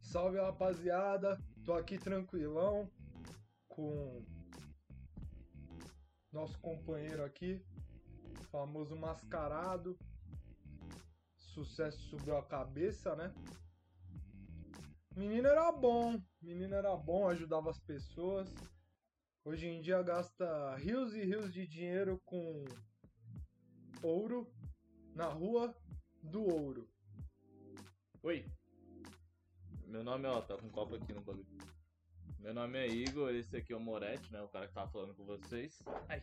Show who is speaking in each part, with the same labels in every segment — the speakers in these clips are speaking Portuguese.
Speaker 1: Salve rapaziada, tô aqui tranquilão com nosso companheiro aqui, famoso mascarado. Sucesso subiu a cabeça, né? Menino era bom, menino era bom, ajudava as pessoas. Hoje em dia gasta rios e rios de dinheiro com ouro na rua do ouro.
Speaker 2: Oi. Meu nome é, ó, tá com um copo aqui no bagulho. Meu nome é Igor, esse aqui é o Moretti, né? O cara que tava falando com vocês. Ai.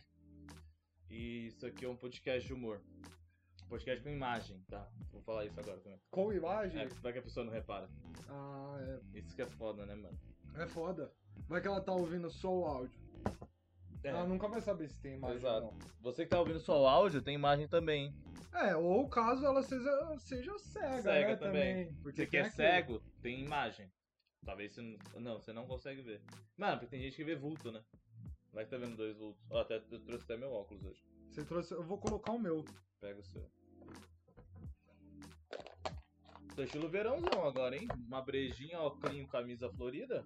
Speaker 2: E isso aqui é um podcast de humor. Um Podcast com imagem, tá? Vou falar isso agora também.
Speaker 1: Com imagem?
Speaker 2: É, pra que a pessoa não repara.
Speaker 1: Ah,
Speaker 2: Isso que é foda, né, mano?
Speaker 1: é, é foda. Vai que ela tá ouvindo só o áudio.
Speaker 2: É.
Speaker 1: Ela nunca vai saber se tem imagem
Speaker 2: Exato.
Speaker 1: ou não.
Speaker 2: Você que tá ouvindo só o áudio, tem imagem também. hein?
Speaker 1: É, ou caso ela seja, seja cega,
Speaker 2: Cega
Speaker 1: né,
Speaker 2: também.
Speaker 1: também. Porque
Speaker 2: Você que
Speaker 1: tem
Speaker 2: é
Speaker 1: aquilo.
Speaker 2: cego, tem imagem. Talvez você não. Não, você não consegue ver. Mano, porque tem gente que vê vulto, né? Vai que tá vendo dois vultos. Ó, até, eu trouxe até meu óculos hoje.
Speaker 1: Você trouxe... Eu vou colocar o meu.
Speaker 2: Pega o seu. Tô estilo verãozão agora, hein? Uma brejinha, óculinho, camisa florida.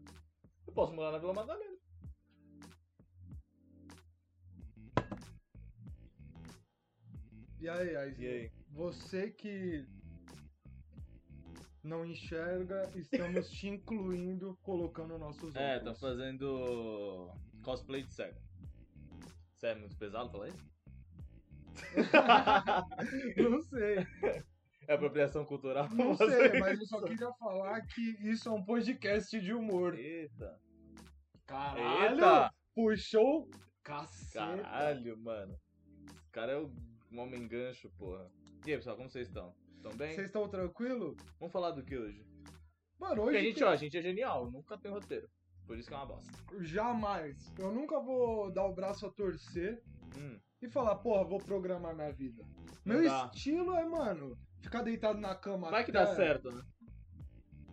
Speaker 2: Eu posso morar na Vila Madalena.
Speaker 1: E aí, aí,
Speaker 2: E aí?
Speaker 1: Você que não enxerga, estamos te incluindo, colocando nossos
Speaker 2: É, tô
Speaker 1: óculos.
Speaker 2: fazendo cosplay de cego. Você é muito pesado falar isso?
Speaker 1: Não sei,
Speaker 2: É apropriação cultural pra
Speaker 1: não
Speaker 2: você.
Speaker 1: sei, mas eu só queria falar que isso é um podcast de humor.
Speaker 2: Eita.
Speaker 1: Caralho!
Speaker 2: Eita.
Speaker 1: Puxou caceta.
Speaker 2: Caralho, mano. Esse cara é um homem gancho, porra. E aí, pessoal, como vocês estão? Estão bem?
Speaker 1: Vocês estão tranquilo?
Speaker 2: Vamos falar do que hoje?
Speaker 1: Mano,
Speaker 2: Porque
Speaker 1: hoje
Speaker 2: a gente,
Speaker 1: tem-
Speaker 2: ó, a gente é genial, nunca tem roteiro. Por isso que é uma bosta.
Speaker 1: jamais. Eu nunca vou dar o braço a torcer
Speaker 2: Hum.
Speaker 1: e falar, porra, vou programar minha vida.
Speaker 2: Não
Speaker 1: Meu
Speaker 2: dá.
Speaker 1: estilo é, mano, ficar deitado na cama.
Speaker 2: Vai que dá
Speaker 1: até-
Speaker 2: certo, né?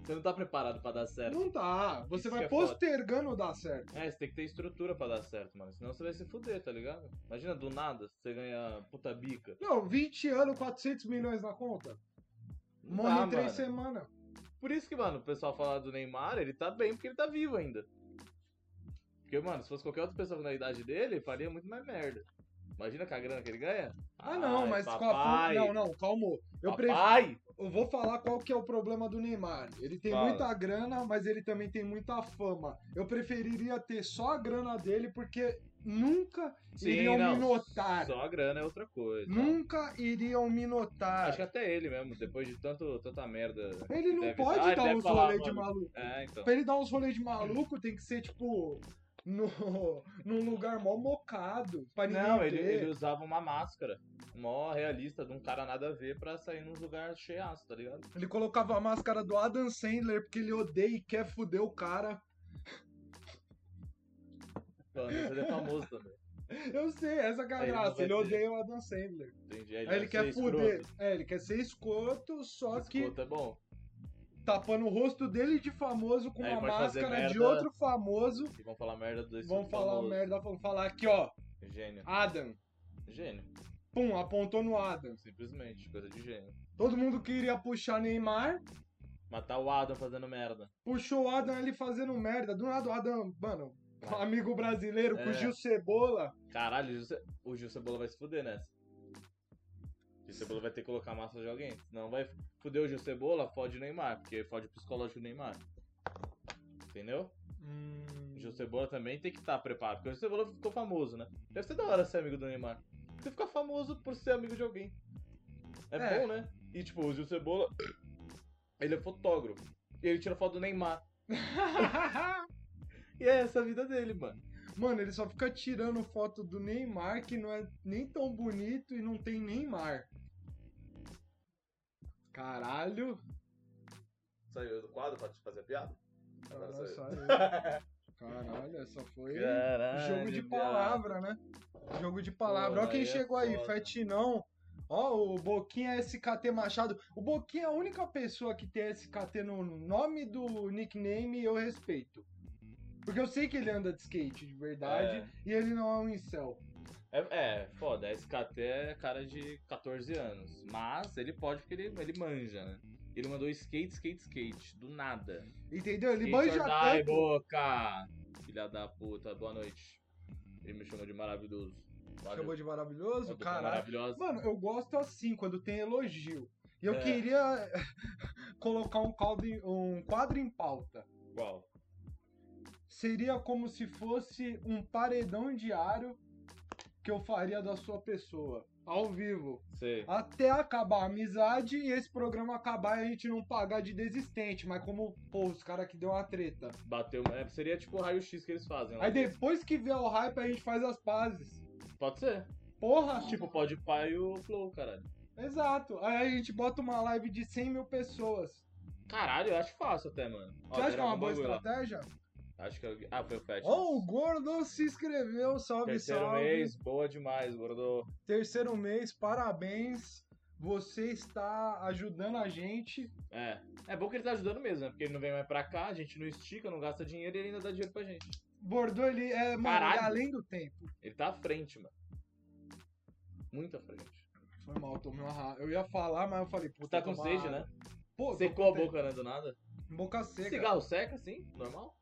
Speaker 2: Você não tá preparado pra dar certo.
Speaker 1: Não tá. Você
Speaker 2: Isso que
Speaker 1: vai
Speaker 2: é foda.
Speaker 1: postergando dar certo.
Speaker 2: É, você tem que ter estrutura pra dar certo, mano. Senão você vai se fuder, tá ligado? Imagina do nada você ganha puta bica.
Speaker 1: Não, 20 anos, 400 milhões na conta.
Speaker 2: Não
Speaker 1: Morre
Speaker 2: dá,
Speaker 1: em 3
Speaker 2: mano.
Speaker 1: semanas.
Speaker 2: Por isso que, mano, o pessoal fala do Neymar, ele tá bem porque ele tá vivo ainda. Porque, mano, se fosse qualquer outra pessoa na idade dele, faria muito mais merda. Imagina com a grana que ele ganha.
Speaker 1: Ah, não,
Speaker 2: Ai,
Speaker 1: mas com a
Speaker 2: papai.
Speaker 1: fome. Não, não, calmou. Eu, prefiro-
Speaker 2: Papai!
Speaker 1: eu vou falar qual que é o problema do Neymar. Ele tem
Speaker 2: Fala.
Speaker 1: muita grana, mas ele também tem muita fama. Eu preferiria ter só a grana dele, porque nunca iriam me notar.
Speaker 2: Só a grana é outra coisa.
Speaker 1: é um Nunca iriam me notar.
Speaker 2: Acho que até ele mesmo, depois de tanto, tanta merda.
Speaker 1: Ele não
Speaker 2: deve-
Speaker 1: pode
Speaker 2: Ah, ele
Speaker 1: dar
Speaker 2: deve
Speaker 1: uns
Speaker 2: falar,
Speaker 1: rolês de
Speaker 2: mano.
Speaker 1: maluco.
Speaker 2: É, então.
Speaker 1: Pra ele dar uns rolês de maluco, tem que ser, tipo, no, num lugar mó mocado. Pra ninguém
Speaker 2: Não, ele,
Speaker 1: ver.
Speaker 2: ele usava uma máscara mó realista de um cara nada a ver pra sair num lugar cheiaço, tá ligado?
Speaker 1: Ele colocava a máscara do Adam Sandler porque ele odeia e quer foder o cara.
Speaker 2: Falando, isso, ele é famoso também.
Speaker 1: Eu sei, essa que é a
Speaker 2: Aí ele não
Speaker 1: graça.
Speaker 2: vai
Speaker 1: Ele
Speaker 2: ter.
Speaker 1: odeia o Adam Sandler.
Speaker 2: Entendi. Aí
Speaker 1: Aí
Speaker 2: ele,
Speaker 1: ele,
Speaker 2: vai
Speaker 1: quer
Speaker 2: ser
Speaker 1: foder.
Speaker 2: escroto.
Speaker 1: É, ele quer ser escroto, só que
Speaker 2: Escroto é bom.
Speaker 1: tapando o rosto dele de famoso com
Speaker 2: Aí
Speaker 1: uma
Speaker 2: É, pode fazer
Speaker 1: máscara de
Speaker 2: merda.
Speaker 1: outro famoso.
Speaker 2: E vão falar merda dos dois.
Speaker 1: Vão
Speaker 2: são
Speaker 1: falar
Speaker 2: famosos.
Speaker 1: merda, vão falar aqui, ó.
Speaker 2: Gênio.
Speaker 1: Adam.
Speaker 2: Gênio.
Speaker 1: Pum, apontou no Adam.
Speaker 2: Simplesmente, coisa de gênio.
Speaker 1: Todo mundo queria puxar Neymar.
Speaker 2: Matar o Adam fazendo merda.
Speaker 1: puxou o Adam ali fazendo merda. Do nada o Adam, mano, um amigo brasileiro, com o
Speaker 2: É.
Speaker 1: Gil Cebola.
Speaker 2: Caralho, o Gil Ce- o Gil Cebola vai se fuder nessa. O Gil Cebola vai ter que colocar massa de alguém. Senão vai fuder o Gil Cebola, fode o Neymar. Porque fode o psicológico do Neymar. Entendeu? O Gil Cebola também tem que estar preparado. Porque o Gil Cebola ficou famoso, né? Deve ser da hora ser amigo do Neymar. Você ficar famoso por ser amigo de alguém. É,
Speaker 1: É.
Speaker 2: bom, né? E tipo, o Gil Cebola. Ele é fotógrafo. E ele tira foto do Neymar. E é essa a vida dele, mano.
Speaker 1: mano, ele só fica tirando foto do Neymar, que não é nem tão bonito e não tem Neymar. Caralho.
Speaker 2: Saiu do quadro pra te fazer piada? Agora
Speaker 1: Caralho,
Speaker 2: sou
Speaker 1: saiu. Caralho, essa foi
Speaker 2: Caralho.
Speaker 1: jogo de palavra, né? Jogo de palavra.
Speaker 2: Pô,
Speaker 1: Ó quem
Speaker 2: aí é
Speaker 1: chegou aí,
Speaker 2: foda.
Speaker 1: Fetinão. Ó, o Boquinha SKT Machado. O Boquinha é a única pessoa que tem SKT no nome do nickname e eu respeito. Porque eu sei que ele anda de skate de verdade e ele não é um incel.
Speaker 2: É, é, foda, SKT é cara de 14 anos. Mas ele pode porque ele, ele manja, né? Ele mandou skate, skate, skate. Do nada.
Speaker 1: Entendeu? Ele
Speaker 2: Skate
Speaker 1: manja
Speaker 2: or die,
Speaker 1: tanto.
Speaker 2: boca! Filha da puta, boa noite. Ele me chamou de maravilhoso. Valeu.
Speaker 1: Chamou de maravilhoso,
Speaker 2: Uma dupla
Speaker 1: caralho.
Speaker 2: Maravilhosa.
Speaker 1: Mano, eu gosto assim, quando tem elogio. E eu
Speaker 2: É.
Speaker 1: queria colocar um, caldo em- um quadro em pauta.
Speaker 2: Qual?
Speaker 1: Seria como se fosse um paredão diário que eu faria da sua pessoa, ao vivo.
Speaker 2: Sei.
Speaker 1: Até acabar a amizade e esse programa acabar e a gente não pagar de desistente. Mas como, pô, os caras que deu uma treta.
Speaker 2: Bateu. é, seria tipo o raio-x que eles fazem. lá.
Speaker 1: Aí depois que vier o hype, a gente faz as pazes.
Speaker 2: Pode ser.
Speaker 1: Porra!
Speaker 2: Tipo, pode pai e o Flow, caralho.
Speaker 1: Exato. Aí a gente bota uma live de 100 mil pessoas.
Speaker 2: Caralho, eu acho fácil até, mano. Ó,
Speaker 1: Você acha que é
Speaker 2: pera,
Speaker 1: uma
Speaker 2: um
Speaker 1: boa
Speaker 2: bagulho lá.
Speaker 1: estratégia?
Speaker 2: Acho que é... Ah, foi o Fat.
Speaker 1: Oh, o Gordo se inscreveu, salve,
Speaker 2: Terceiro
Speaker 1: salve.
Speaker 2: mês, boa demais, gordo.
Speaker 1: Terceiro mês, parabéns. Você está ajudando a gente.
Speaker 2: É. É bom que ele tá ajudando mesmo, né? Porque ele não vem mais pra cá, a gente não estica, não gasta dinheiro e ele ainda dá dinheiro pra gente.
Speaker 1: Bordeaux, ele é, mano,
Speaker 2: Caralho.
Speaker 1: ele é além do tempo.
Speaker 2: Ele tá à frente, mano. Muito à frente.
Speaker 1: Foi mal, tomei uma ra... Eu ia falar, mas eu falei,
Speaker 2: Você
Speaker 1: puta.
Speaker 2: tá com sede, né?
Speaker 1: Pô, tô
Speaker 2: Secou a
Speaker 1: com sede.
Speaker 2: boca, né? Do nada.
Speaker 1: Boca seca.
Speaker 2: Cigarro seca, assim? Normal?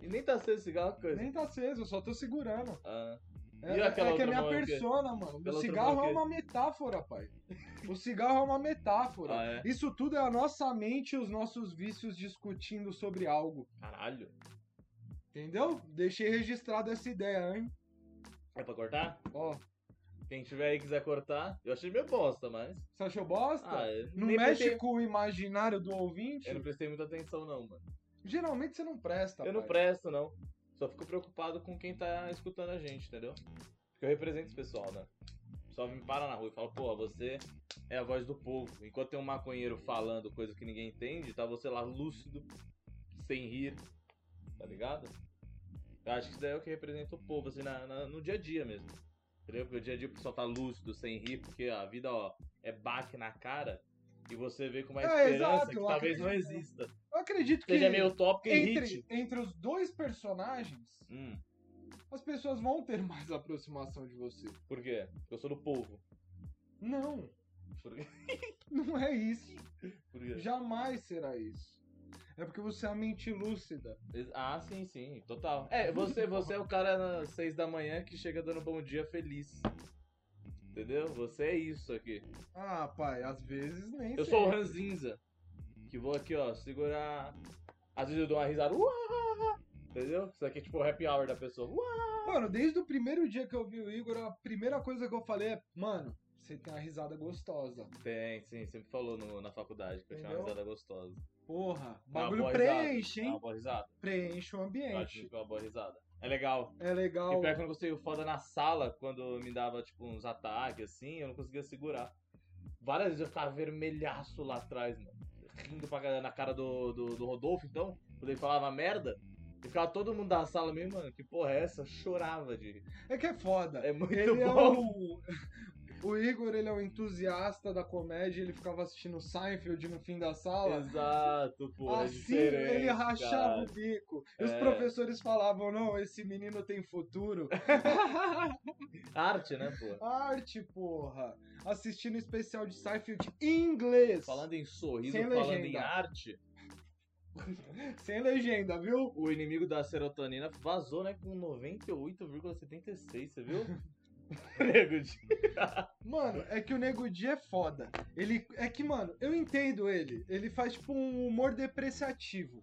Speaker 2: E nem tá sendo cigarro, que coisa.
Speaker 1: Nem tá aceso, eu só tô segurando.
Speaker 2: Ah,
Speaker 1: É,
Speaker 2: E
Speaker 1: é
Speaker 2: aquela
Speaker 1: que é
Speaker 2: outra
Speaker 1: minha
Speaker 2: mão, é o quê?
Speaker 1: persona, mano.
Speaker 2: Aquela
Speaker 1: O
Speaker 2: outra
Speaker 1: cigarro
Speaker 2: mão, é
Speaker 1: é
Speaker 2: o quê?
Speaker 1: uma metáfora, pai. O cigarro é uma metáfora.
Speaker 2: ah, é.
Speaker 1: Isso tudo é a nossa mente e os nossos vícios discutindo sobre algo.
Speaker 2: Caralho.
Speaker 1: Entendeu? Deixei registrado essa ideia, hein?
Speaker 2: É pra cortar?
Speaker 1: Ó,
Speaker 2: Quem tiver aí e quiser cortar, eu achei meio bosta, mas.
Speaker 1: você achou bosta?
Speaker 2: Ah, eu
Speaker 1: não
Speaker 2: nem
Speaker 1: mexe
Speaker 2: prestei-
Speaker 1: com o imaginário do ouvinte?
Speaker 2: Eu não prestei muita atenção, não, mano.
Speaker 1: Geralmente você não presta.
Speaker 2: eu não
Speaker 1: pai.
Speaker 2: presto, não. Só fico preocupado com quem tá escutando a gente, entendeu? Porque eu represento esse pessoal, né? Só me para na rua e fala, pô, você é a voz do povo. Enquanto tem um maconheiro falando coisa que ninguém entende, tá você lá lúcido, sem rir, tá ligado? Eu acho que isso daí é o que representa o povo, assim, na- na- no dia a dia mesmo. Entendeu? Porque o dia a dia o pessoal tá lúcido, sem rir, porque a vida, ó, é baque na cara. E você vê com uma
Speaker 1: É,
Speaker 2: esperança
Speaker 1: exato,
Speaker 2: que
Speaker 1: eu
Speaker 2: talvez não
Speaker 1: acredito.
Speaker 2: exista.
Speaker 1: Eu acredito que
Speaker 2: Seja meio utópico e
Speaker 1: entre,
Speaker 2: hit.
Speaker 1: entre os dois personagens,
Speaker 2: Hum.
Speaker 1: as pessoas vão ter mais aproximação de você.
Speaker 2: Por quê? Porque eu sou do povo.
Speaker 1: Não,
Speaker 2: Por quê?
Speaker 1: não é isso.
Speaker 2: Por quê?
Speaker 1: Jamais será isso. É porque você é a mente lúcida.
Speaker 2: Ah, sim, sim, total. É, você, você é o cara às seis da manhã que chega dando bom dia feliz. Entendeu? Você é isso aqui.
Speaker 1: Ah, pai, às vezes nem
Speaker 2: Eu
Speaker 1: sei.
Speaker 2: sou o Ranzinza. Que vou aqui, ó, segurar. Às vezes eu dou uma risada. uá, Entendeu? Isso aqui é tipo o happy hour da pessoa. uá.
Speaker 1: Mano, desde o primeiro dia que eu vi o Igor, a primeira coisa que eu falei é, mano, você tem uma risada gostosa.
Speaker 2: Tem, sim, sempre falou no- na faculdade que eu tinha uma
Speaker 1: Entendeu?
Speaker 2: risada gostosa.
Speaker 1: Porra, o
Speaker 2: Dá uma
Speaker 1: bagulho
Speaker 2: boa
Speaker 1: preenche,
Speaker 2: risada, dá
Speaker 1: hein?
Speaker 2: Uma boa risada.
Speaker 1: Preenche o
Speaker 2: Eu acho
Speaker 1: ambiente.
Speaker 2: que é uma boa risada. É legal.
Speaker 1: É
Speaker 2: E
Speaker 1: legal.
Speaker 2: pior que eu não conseguia foda na sala, quando me dava, tipo, uns ataques, assim, eu não conseguia segurar. Várias vezes eu ficava vermelhaço lá atrás, mano. Rindo pra caralho na cara do, do, do Rodolfo, então, quando ele falava merda. E ficava todo mundo da sala meio, mano, que porra é essa? Eu chorava de rir.
Speaker 1: É que é foda.
Speaker 2: É muito
Speaker 1: ele
Speaker 2: bom.
Speaker 1: é o... o Igor, ele é um entusiasta da comédia, ele ficava assistindo Seinfeld no fim da sala.
Speaker 2: Exato, É, pô. é
Speaker 1: assim
Speaker 2: diferente,
Speaker 1: ele rachava
Speaker 2: cara.
Speaker 1: o bico. E os
Speaker 2: É.
Speaker 1: professores falavam, não, esse menino tem futuro.
Speaker 2: Arte, né, pô?
Speaker 1: Arte, porra. Assistindo especial de Seinfeld em inglês.
Speaker 2: Falando em sorriso,
Speaker 1: Sem
Speaker 2: falando em
Speaker 1: legenda.
Speaker 2: arte,
Speaker 1: Sem legenda, viu?
Speaker 2: o inimigo da serotonina vazou, né, com 98,76, você viu? Nego de
Speaker 1: Mano, é que o Nego Di é foda. Ele é que, mano, eu entendo ele. Ele faz tipo um humor depreciativo.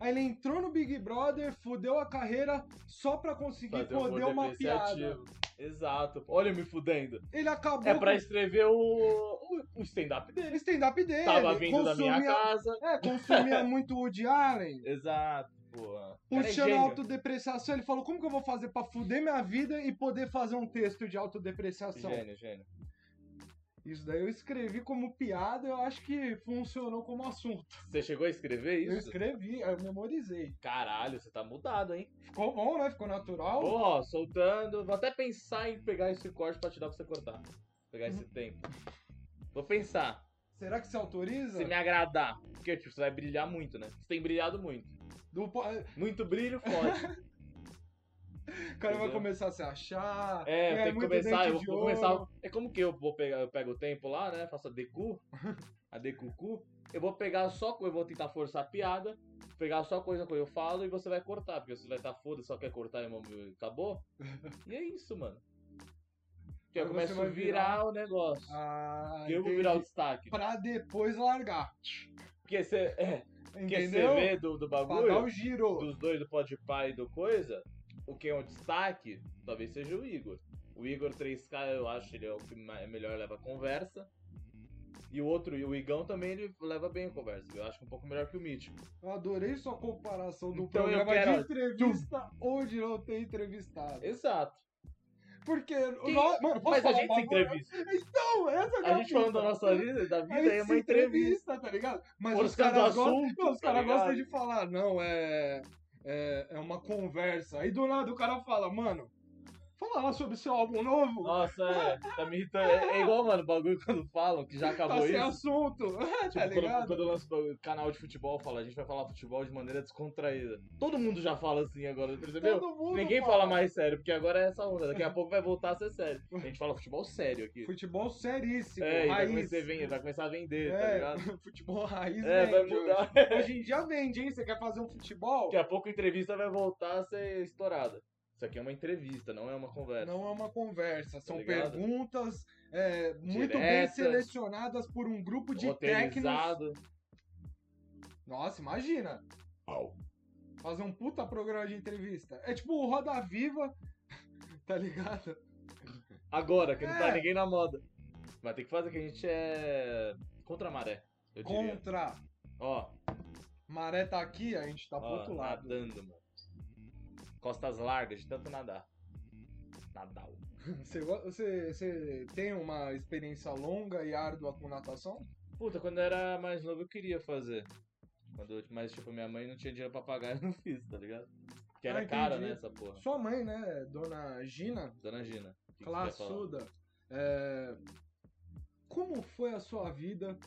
Speaker 1: Aí ele entrou no Big Brother, fudeu a carreira só pra conseguir
Speaker 2: Fazer um
Speaker 1: foder
Speaker 2: humor
Speaker 1: uma piada.
Speaker 2: depreciativo. Exato. Olha eu me fudendo.
Speaker 1: Ele acabou
Speaker 2: É pra
Speaker 1: com
Speaker 2: escrever o, o- o stand-up dele.
Speaker 1: o stand-up dele.
Speaker 2: Tava vindo da minha
Speaker 1: consumia,
Speaker 2: casa.
Speaker 1: é, consumia muito Woody Allen.
Speaker 2: Exato, porra. O cara é
Speaker 1: Puxando a
Speaker 2: gênio.
Speaker 1: autodepreciação, ele falou: como que eu vou fazer pra fuder minha vida e poder fazer um texto de autodepreciação?
Speaker 2: Gênio, gênio.
Speaker 1: Isso daí eu escrevi como piada, eu acho que funcionou como assunto.
Speaker 2: Você chegou a escrever
Speaker 1: Eu
Speaker 2: isso?
Speaker 1: escrevi, eu memorizei.
Speaker 2: Caralho, você tá mudado, hein?
Speaker 1: Ficou bom, né? Ficou natural.
Speaker 2: Porra, ó, soltando. Vou até pensar em pegar esse corte pra te dar pra você cortar. Pegar esse tempo. Vou pensar.
Speaker 1: Será que se autoriza?
Speaker 2: Se me agradar. Porque, tipo, você vai brilhar muito, né? Você tem brilhado muito.
Speaker 1: Do... po-
Speaker 2: Muito brilho, foda.
Speaker 1: O cara vai
Speaker 2: Entendeu?
Speaker 1: começar a se achar.
Speaker 2: É,
Speaker 1: é
Speaker 2: tem que
Speaker 1: muito
Speaker 2: começar.
Speaker 1: dente
Speaker 2: Eu
Speaker 1: de
Speaker 2: vou
Speaker 1: ouro.
Speaker 2: começar. É como que eu vou pegar, eu pego o tempo lá, né? Faço a decu. a de cucu, eu vou pegar só co- eu vou tentar forçar a piada, pegar só coisa que eu falo e você vai cortar, porque você vai estar foda, só quer cortar e mo- acabou. E é isso, mano. Porque eu
Speaker 1: Aí
Speaker 2: começo
Speaker 1: você vai
Speaker 2: a virar, o negócio.
Speaker 1: Ah,
Speaker 2: E eu vou
Speaker 1: entendi.
Speaker 2: virar o destaque.
Speaker 1: Pra depois largar.
Speaker 2: Porque você é, porque cê
Speaker 1: Entendeu? um
Speaker 2: vê do, do
Speaker 1: Pra dar
Speaker 2: bagulho,
Speaker 1: o giro.
Speaker 2: dos dois, do Pode Pai e do Coisa, o que é um destaque talvez seja o Igor. O Igor 3K, eu acho, ele é o que ma- é melhor leva a conversa. E o outro, e o Igão também, ele leva bem a conversa. Eu acho que um pouco melhor que o Mítico.
Speaker 1: Eu adorei sua comparação do
Speaker 2: Então eu
Speaker 1: programa
Speaker 2: quero-
Speaker 1: de entrevista onde não tem entrevistado.
Speaker 2: Exato.
Speaker 1: Porque o
Speaker 2: Quem-
Speaker 1: nosso. Mano, posso
Speaker 2: Mas a
Speaker 1: falar um
Speaker 2: gente se
Speaker 1: bagulho?
Speaker 2: entrevista.
Speaker 1: Então, essa que é
Speaker 2: A gente falando da
Speaker 1: fita.
Speaker 2: nossa vida, da
Speaker 1: Aí
Speaker 2: vida é
Speaker 1: se
Speaker 2: uma entrevista.
Speaker 1: tá ligado? Mas
Speaker 2: Por
Speaker 1: os
Speaker 2: causa do
Speaker 1: caras gostam,
Speaker 2: assunto,
Speaker 1: não, os
Speaker 2: tá
Speaker 1: caras gostam
Speaker 2: ligado?
Speaker 1: de falar, não, é, é. É uma conversa. Aí do nada o cara fala, mano, fala lá sobre seu álbum novo.
Speaker 2: Nossa, é, tá me irritando. É, é igual, mano, o bagulho quando falam que já
Speaker 1: Tá
Speaker 2: acabou
Speaker 1: sem
Speaker 2: Ah, isso.
Speaker 1: assunto.
Speaker 2: Tipo,
Speaker 1: tá
Speaker 2: quando-
Speaker 1: ligado?
Speaker 2: quando, eu lanço o canal de futebol, fala, a gente vai falar futebol de maneira descontraída. Todo mundo já fala assim agora, percebeu?
Speaker 1: Todo mundo
Speaker 2: Ninguém fala mais sério, porque agora é essa onda. Daqui a pouco vai voltar a ser sério. A gente fala futebol sério aqui.
Speaker 1: Futebol seríssimo,
Speaker 2: É, e vai
Speaker 1: raiz.
Speaker 2: começar, a vender, vai começar a vender, tá
Speaker 1: É.
Speaker 2: ligado?
Speaker 1: Futebol raiz
Speaker 2: É, vai
Speaker 1: vende
Speaker 2: mudar.
Speaker 1: hoje. Hoje em dia vende, hein? Você quer fazer um futebol?
Speaker 2: Daqui a pouco a entrevista vai voltar a ser estourada. Isso aqui é uma entrevista, não é uma conversa.
Speaker 1: Não é uma conversa, são
Speaker 2: tá ligado?
Speaker 1: perguntas é, muito bem
Speaker 2: Diretas.
Speaker 1: selecionadas por um grupo de técnicos.
Speaker 2: Roteirizado.
Speaker 1: Nossa, imagina. Fazer um puta programa de entrevista. É tipo o Roda Viva, tá ligado?
Speaker 2: Agora, que não tá
Speaker 1: É.
Speaker 2: ninguém na moda. Mas tem que fazer que a gente é contra a maré, eu diria.
Speaker 1: Contra.
Speaker 2: Ó,
Speaker 1: Maré tá aqui, a gente tá pro
Speaker 2: ó,
Speaker 1: outro lado.
Speaker 2: nadando, mano. Costas largas de tanto nadar. Nadal.
Speaker 1: Você, go- você, você tem uma experiência longa e árdua com natação?
Speaker 2: Puta, quando eu era mais novo eu queria fazer. Quando, eu- mas, tipo, minha mãe não tinha dinheiro pra pagar, eu não fiz, tá ligado? Porque era
Speaker 1: Ah, entendi.
Speaker 2: cara, né, essa porra.
Speaker 1: Sua mãe, né, dona Gina,
Speaker 2: Dona Gina. o que que você quer falar?
Speaker 1: classuda, é, como foi a sua vida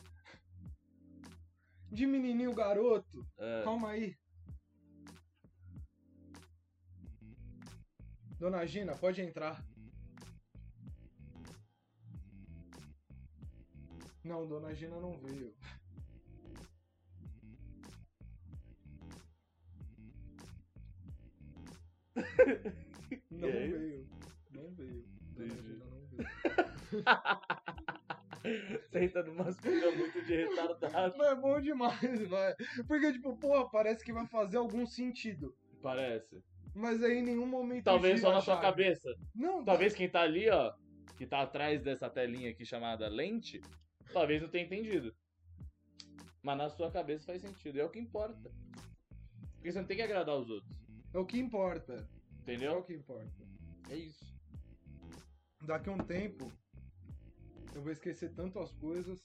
Speaker 1: de menininho garoto?
Speaker 2: É,
Speaker 1: Calma aí. Dona Gina, pode entrar. Não, Dona Gina não veio. Não
Speaker 2: E aí?
Speaker 1: veio. Não veio. Dona
Speaker 2: Entendi.
Speaker 1: Gina não veio.
Speaker 2: Senta numa coisas muito de retardado.
Speaker 1: Mas é bom demais, vai. Porque, tipo, porra, parece que vai fazer algum sentido.
Speaker 2: Parece.
Speaker 1: Mas aí em nenhum momento.
Speaker 2: Talvez
Speaker 1: gira
Speaker 2: só na
Speaker 1: a
Speaker 2: sua
Speaker 1: chave.
Speaker 2: cabeça.
Speaker 1: Não,
Speaker 2: Talvez quem tá ali, ó, que tá atrás dessa telinha aqui chamada lente, talvez não tenha entendido. Mas na sua cabeça faz sentido. E é o que importa. Porque você não tem que agradar os outros.
Speaker 1: É o que importa. É o
Speaker 2: Entendeu?
Speaker 1: que importa.
Speaker 2: É isso.
Speaker 1: Daqui a um tempo, eu vou esquecer tanto as coisas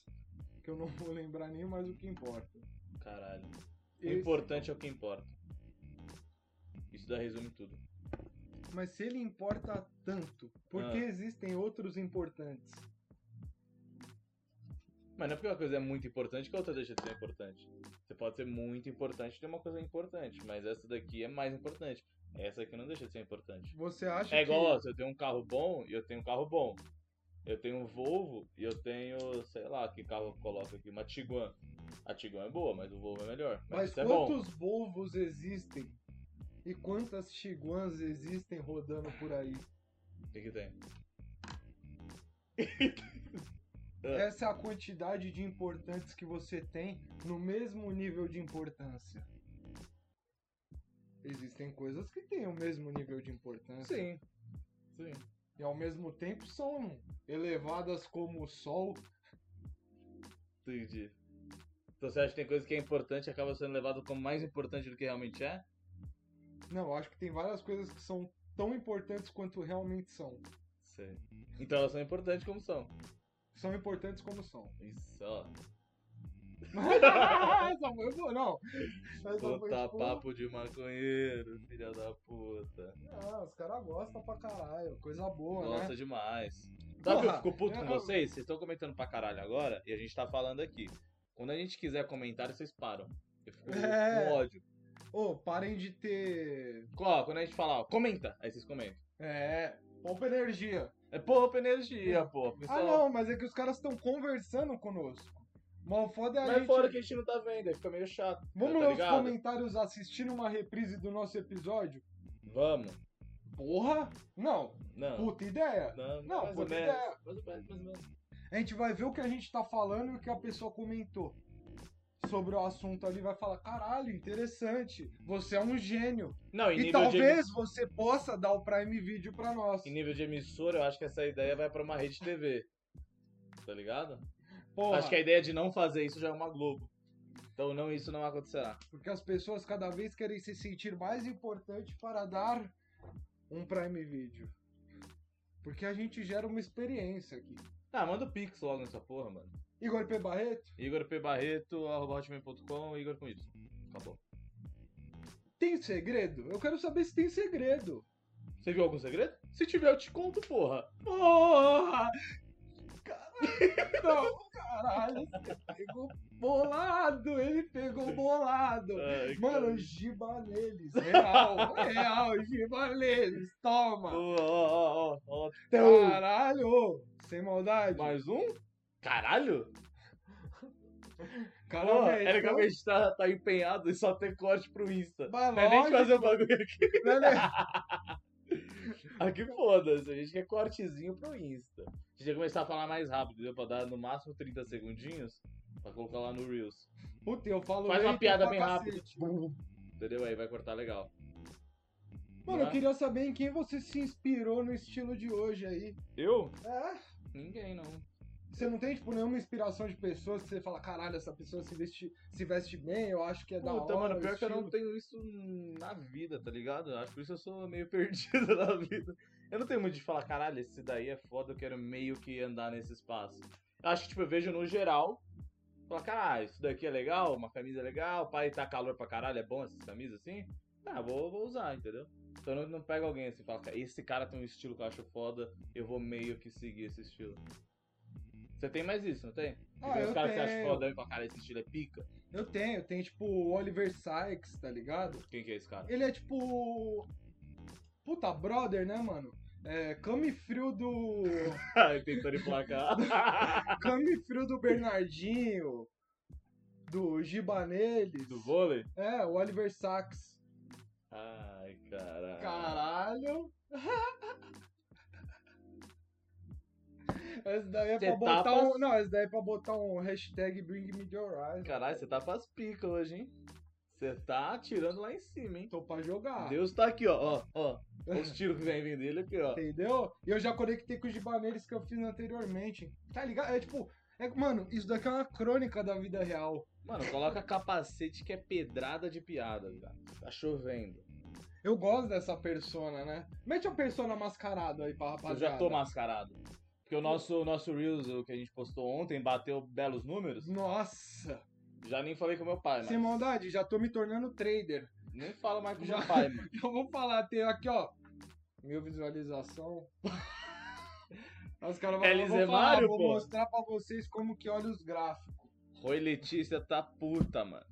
Speaker 1: que eu não vou lembrar nem mais o que importa.
Speaker 2: Caralho. O
Speaker 1: Esse-
Speaker 2: importante é o que importa. Isso dá resumo em tudo.
Speaker 1: Mas se ele importa tanto, por
Speaker 2: Ah.
Speaker 1: que existem outros importantes?
Speaker 2: Mas não é porque uma coisa é muito importante que a outra deixa de ser importante. Você pode ser muito importante e ter uma coisa importante, mas essa daqui é mais importante. Essa aqui não deixa de ser importante.
Speaker 1: Você acha
Speaker 2: É
Speaker 1: que.
Speaker 2: igual, ó, se eu tenho um carro bom e eu tenho um carro bom. Eu tenho um Volvo e eu tenho, sei lá, que carro coloca aqui, uma Tiguan. A Tiguan é boa, mas o Volvo é melhor. Mas,
Speaker 1: Mas
Speaker 2: isso é bom.
Speaker 1: quantos Volvos existem? E quantas Tiguans existem rodando por aí?
Speaker 2: O que, que tem?
Speaker 1: Essa é a quantidade de importantes que você tem no mesmo nível de importância. Existem coisas que têm o mesmo nível de importância.
Speaker 2: Sim. Sim.
Speaker 1: E ao mesmo tempo são elevadas como o sol.
Speaker 2: Entendi. Então você acha que tem coisa que é importante e acaba sendo levado como mais importante do que realmente é?
Speaker 1: Não, eu acho que tem várias coisas que são tão importantes quanto realmente são.
Speaker 2: Sei. Então elas são importantes como são.
Speaker 1: São importantes como são.
Speaker 2: Isso, ó.
Speaker 1: Essa foi boa, não. Essa foi,
Speaker 2: Puta
Speaker 1: tipo,
Speaker 2: papo de maconheiro, filha da puta.
Speaker 1: ah, os caras gostam pra caralho. Coisa boa,
Speaker 2: Gosta
Speaker 1: né?
Speaker 2: demais. Sabe que eu
Speaker 1: Porra,
Speaker 2: fico puto com
Speaker 1: eu-
Speaker 2: vocês? Vocês estão comentando pra caralho agora e a gente tá falando aqui. Quando a gente quiser comentar, vocês param. Eu fico
Speaker 1: É.
Speaker 2: com ódio.
Speaker 1: Ô, parem de ter.
Speaker 2: Ó, quando a gente fala, ó, comenta, aí vocês comentam.
Speaker 1: É. Poupa energia.
Speaker 2: É poupa energia, pô.
Speaker 1: Ah,
Speaker 2: Pessoal,
Speaker 1: não, mas é que os caras estão conversando conosco. Mas o foda é a
Speaker 2: Mas
Speaker 1: gente...
Speaker 2: fora que a gente não tá vendo, aí fica meio chato.
Speaker 1: Vamos
Speaker 2: tá
Speaker 1: ler os
Speaker 2: ligado?
Speaker 1: comentários assistindo uma reprise do nosso episódio?
Speaker 2: Vamos.
Speaker 1: Porra! Não,
Speaker 2: Não.
Speaker 1: puta ideia.
Speaker 2: Não,
Speaker 1: Não,
Speaker 2: mais ou
Speaker 1: puta
Speaker 2: menos.
Speaker 1: ideia.
Speaker 2: Mais ou menos, mais ou menos.
Speaker 1: A gente vai ver o que a gente tá falando e o que a pessoa comentou sobre o assunto ali. Vai falar, caralho, interessante. Você é um gênio.
Speaker 2: Não, em
Speaker 1: E
Speaker 2: nível, de, emi-
Speaker 1: talvez você possa dar o Prime Video pra nós.
Speaker 2: em nível de emissora, eu acho que essa ideia vai pra uma rede TV. Tá ligado?
Speaker 1: Porra,
Speaker 2: Acho que a ideia de não fazer isso já é uma Globo. Então não, isso não acontecerá.
Speaker 1: porque as pessoas cada vez querem se sentir mais importante para dar um Prime Video. Porque a gente gera uma experiência aqui.
Speaker 2: Ah, manda o Pix logo nessa porra, mano.
Speaker 1: Igor P. Barreto?
Speaker 2: Igor P. Barreto, arroba hotmail.com, Igor com isso. Acabou.
Speaker 1: Tem segredo? Eu quero saber se tem segredo.
Speaker 2: Você viu algum segredo? Se tiver, eu te conto, porra.
Speaker 1: Porra! Caralho, não, caralho. Ele pegou bolado, ele pegou bolado.
Speaker 2: Ai,
Speaker 1: Mano, giba neles, real, real, giba neles,
Speaker 2: cara.
Speaker 1: toma.
Speaker 2: Ó, ó, ó, ó, ó.
Speaker 1: um-
Speaker 2: Então-
Speaker 1: Caralho, sem maldade.
Speaker 2: Mais um? Caralho!
Speaker 1: Caralho,
Speaker 2: Porra, era que
Speaker 1: então-
Speaker 2: a gente tá, tá empenhado em só ter corte pro Insta.
Speaker 1: Mas
Speaker 2: Não é nem de
Speaker 1: lógico,
Speaker 2: fazer o bagulho aqui.
Speaker 1: né?
Speaker 2: Aqui foda-se, a gente quer cortezinho pro Insta. A gente ia começar a falar mais rápido, deu pra dar no máximo 30 segundinhos pra colocar lá no Reels.
Speaker 1: Puta, eu falo
Speaker 2: Faz uma
Speaker 1: bem,
Speaker 2: piada
Speaker 1: então,
Speaker 2: bem
Speaker 1: pra
Speaker 2: rápida. tipo,
Speaker 1: cacete.
Speaker 2: Entendeu? Aí vai cortar legal.
Speaker 1: Mano, eu
Speaker 2: Né?
Speaker 1: queria saber em quem você se inspirou no estilo de hoje aí.
Speaker 2: Eu?
Speaker 1: É?
Speaker 2: Ninguém não.
Speaker 1: Você não tem, tipo, nenhuma inspiração de pessoas que você fala, caralho, essa pessoa se veste, se veste bem, eu acho que é da
Speaker 2: Puta,
Speaker 1: hora.
Speaker 2: mano,
Speaker 1: o
Speaker 2: pior que eu não
Speaker 1: estilo."
Speaker 2: tenho isso na vida, tá ligado? Acho que por isso eu sou meio perdido na vida. Eu não tenho muito de falar, caralho, esse daí é foda, eu quero meio que andar nesse espaço. Eu acho que, tipo, eu vejo no geral, falar, caralho, isso daqui é legal, uma camisa é legal, pai, tá calor pra caralho, é bom essas camisas assim? Ah, vou, vou usar, entendeu? Então eu não, não pego alguém assim e falo, "Cara, esse cara tem um estilo que eu acho foda, eu vou meio que seguir esse estilo. Você tem mais isso, não tem?
Speaker 1: Ah,
Speaker 2: Tem
Speaker 1: eu
Speaker 2: uns caras que você acha
Speaker 1: tenho.
Speaker 2: foda e fala, cara, esse estilo é pica.
Speaker 1: Eu tenho, tem, tipo, o Oliver Sykes, tá ligado?
Speaker 2: Quem que é esse cara?
Speaker 1: Ele é, tipo... Puta, brother, né, mano? É, Cami Frio do...
Speaker 2: Ele tentando emplacar.
Speaker 1: Cami Frio do Bernardinho, do Gibaneles.
Speaker 2: Do vôlei?
Speaker 1: É, o Oliver Sacks.
Speaker 2: Ai, caralho.
Speaker 1: Caralho! Essa daí é
Speaker 2: De
Speaker 1: pra botar
Speaker 2: etapas.
Speaker 1: um. Não, essa daí é pra botar um hashtag Bring Me the Horizon.
Speaker 2: Caralho, você tá pras picas hoje, hein? Você tá atirando lá em cima, hein?
Speaker 1: Tô pra jogar.
Speaker 2: Deus tá aqui, ó, ó, ó. Olha Os tiros que vem vindo dele aqui, ó.
Speaker 1: Entendeu? E eu já conectei com os gibaneiros que eu fiz anteriormente. Tá ligado? É tipo. É, mano, isso daqui é uma crônica da vida real.
Speaker 2: Mano, coloca capacete que é pedrada de piada, cara. Tá chovendo.
Speaker 1: Eu gosto dessa persona, né? Mete a persona mascarada aí pra
Speaker 2: Eu
Speaker 1: rapaziada.
Speaker 2: já tô mascarado. Porque o nosso, o nosso Reels o que a gente postou ontem bateu belos números.
Speaker 1: Nossa!
Speaker 2: Já nem falei com meu pai,
Speaker 1: Sem
Speaker 2: mano.
Speaker 1: maldade, já tô me tornando trader.
Speaker 2: Nem falo mais com
Speaker 1: Já-
Speaker 2: meu pai, mano.
Speaker 1: Eu vou falar, tem aqui, ó. Mil visualização. Os caras vão,
Speaker 2: Eles
Speaker 1: vão
Speaker 2: é
Speaker 1: falar,
Speaker 2: Mário,
Speaker 1: vou
Speaker 2: pô.
Speaker 1: mostrar pra vocês como que olha os gráficos.
Speaker 2: Roy Letícia tá puta, mano.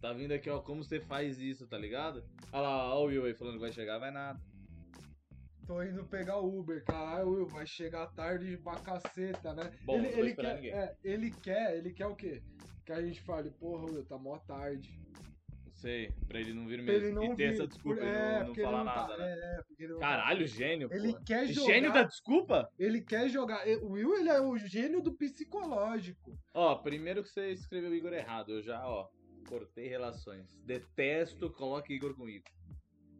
Speaker 2: Tá vindo aqui, ó, como você faz isso, tá ligado? Olha lá, ó, o Will aí falando que vai chegar, vai nada.
Speaker 1: Tô indo pegar o Uber, caralho, Will, vai chegar tarde pra caceta, né?
Speaker 2: Bom,
Speaker 1: ele,
Speaker 2: não vou
Speaker 1: ele
Speaker 2: esperar
Speaker 1: quer,
Speaker 2: ninguém.
Speaker 1: é, ele quer, ele quer o quê? Que a gente fale, porra, Will, tá mó tarde.
Speaker 2: Não sei, pra ele não vir
Speaker 1: Pra
Speaker 2: mesmo.
Speaker 1: ele não
Speaker 2: e ter
Speaker 1: vir,
Speaker 2: essa desculpa
Speaker 1: por-
Speaker 2: e
Speaker 1: é,
Speaker 2: não, não
Speaker 1: porque ele
Speaker 2: falar
Speaker 1: não tá-
Speaker 2: nada, né?
Speaker 1: É, porque ele não tá-
Speaker 2: Caralho, gênio,
Speaker 1: Ele
Speaker 2: pô.
Speaker 1: quer jogar,
Speaker 2: Gênio da desculpa?
Speaker 1: ele quer jogar. E- O Will, ele é o gênio do psicológico.
Speaker 2: Ó, primeiro que você escreveu Igor errado, eu já, ó, cortei relações. Detesto, coloca Igor com Igor.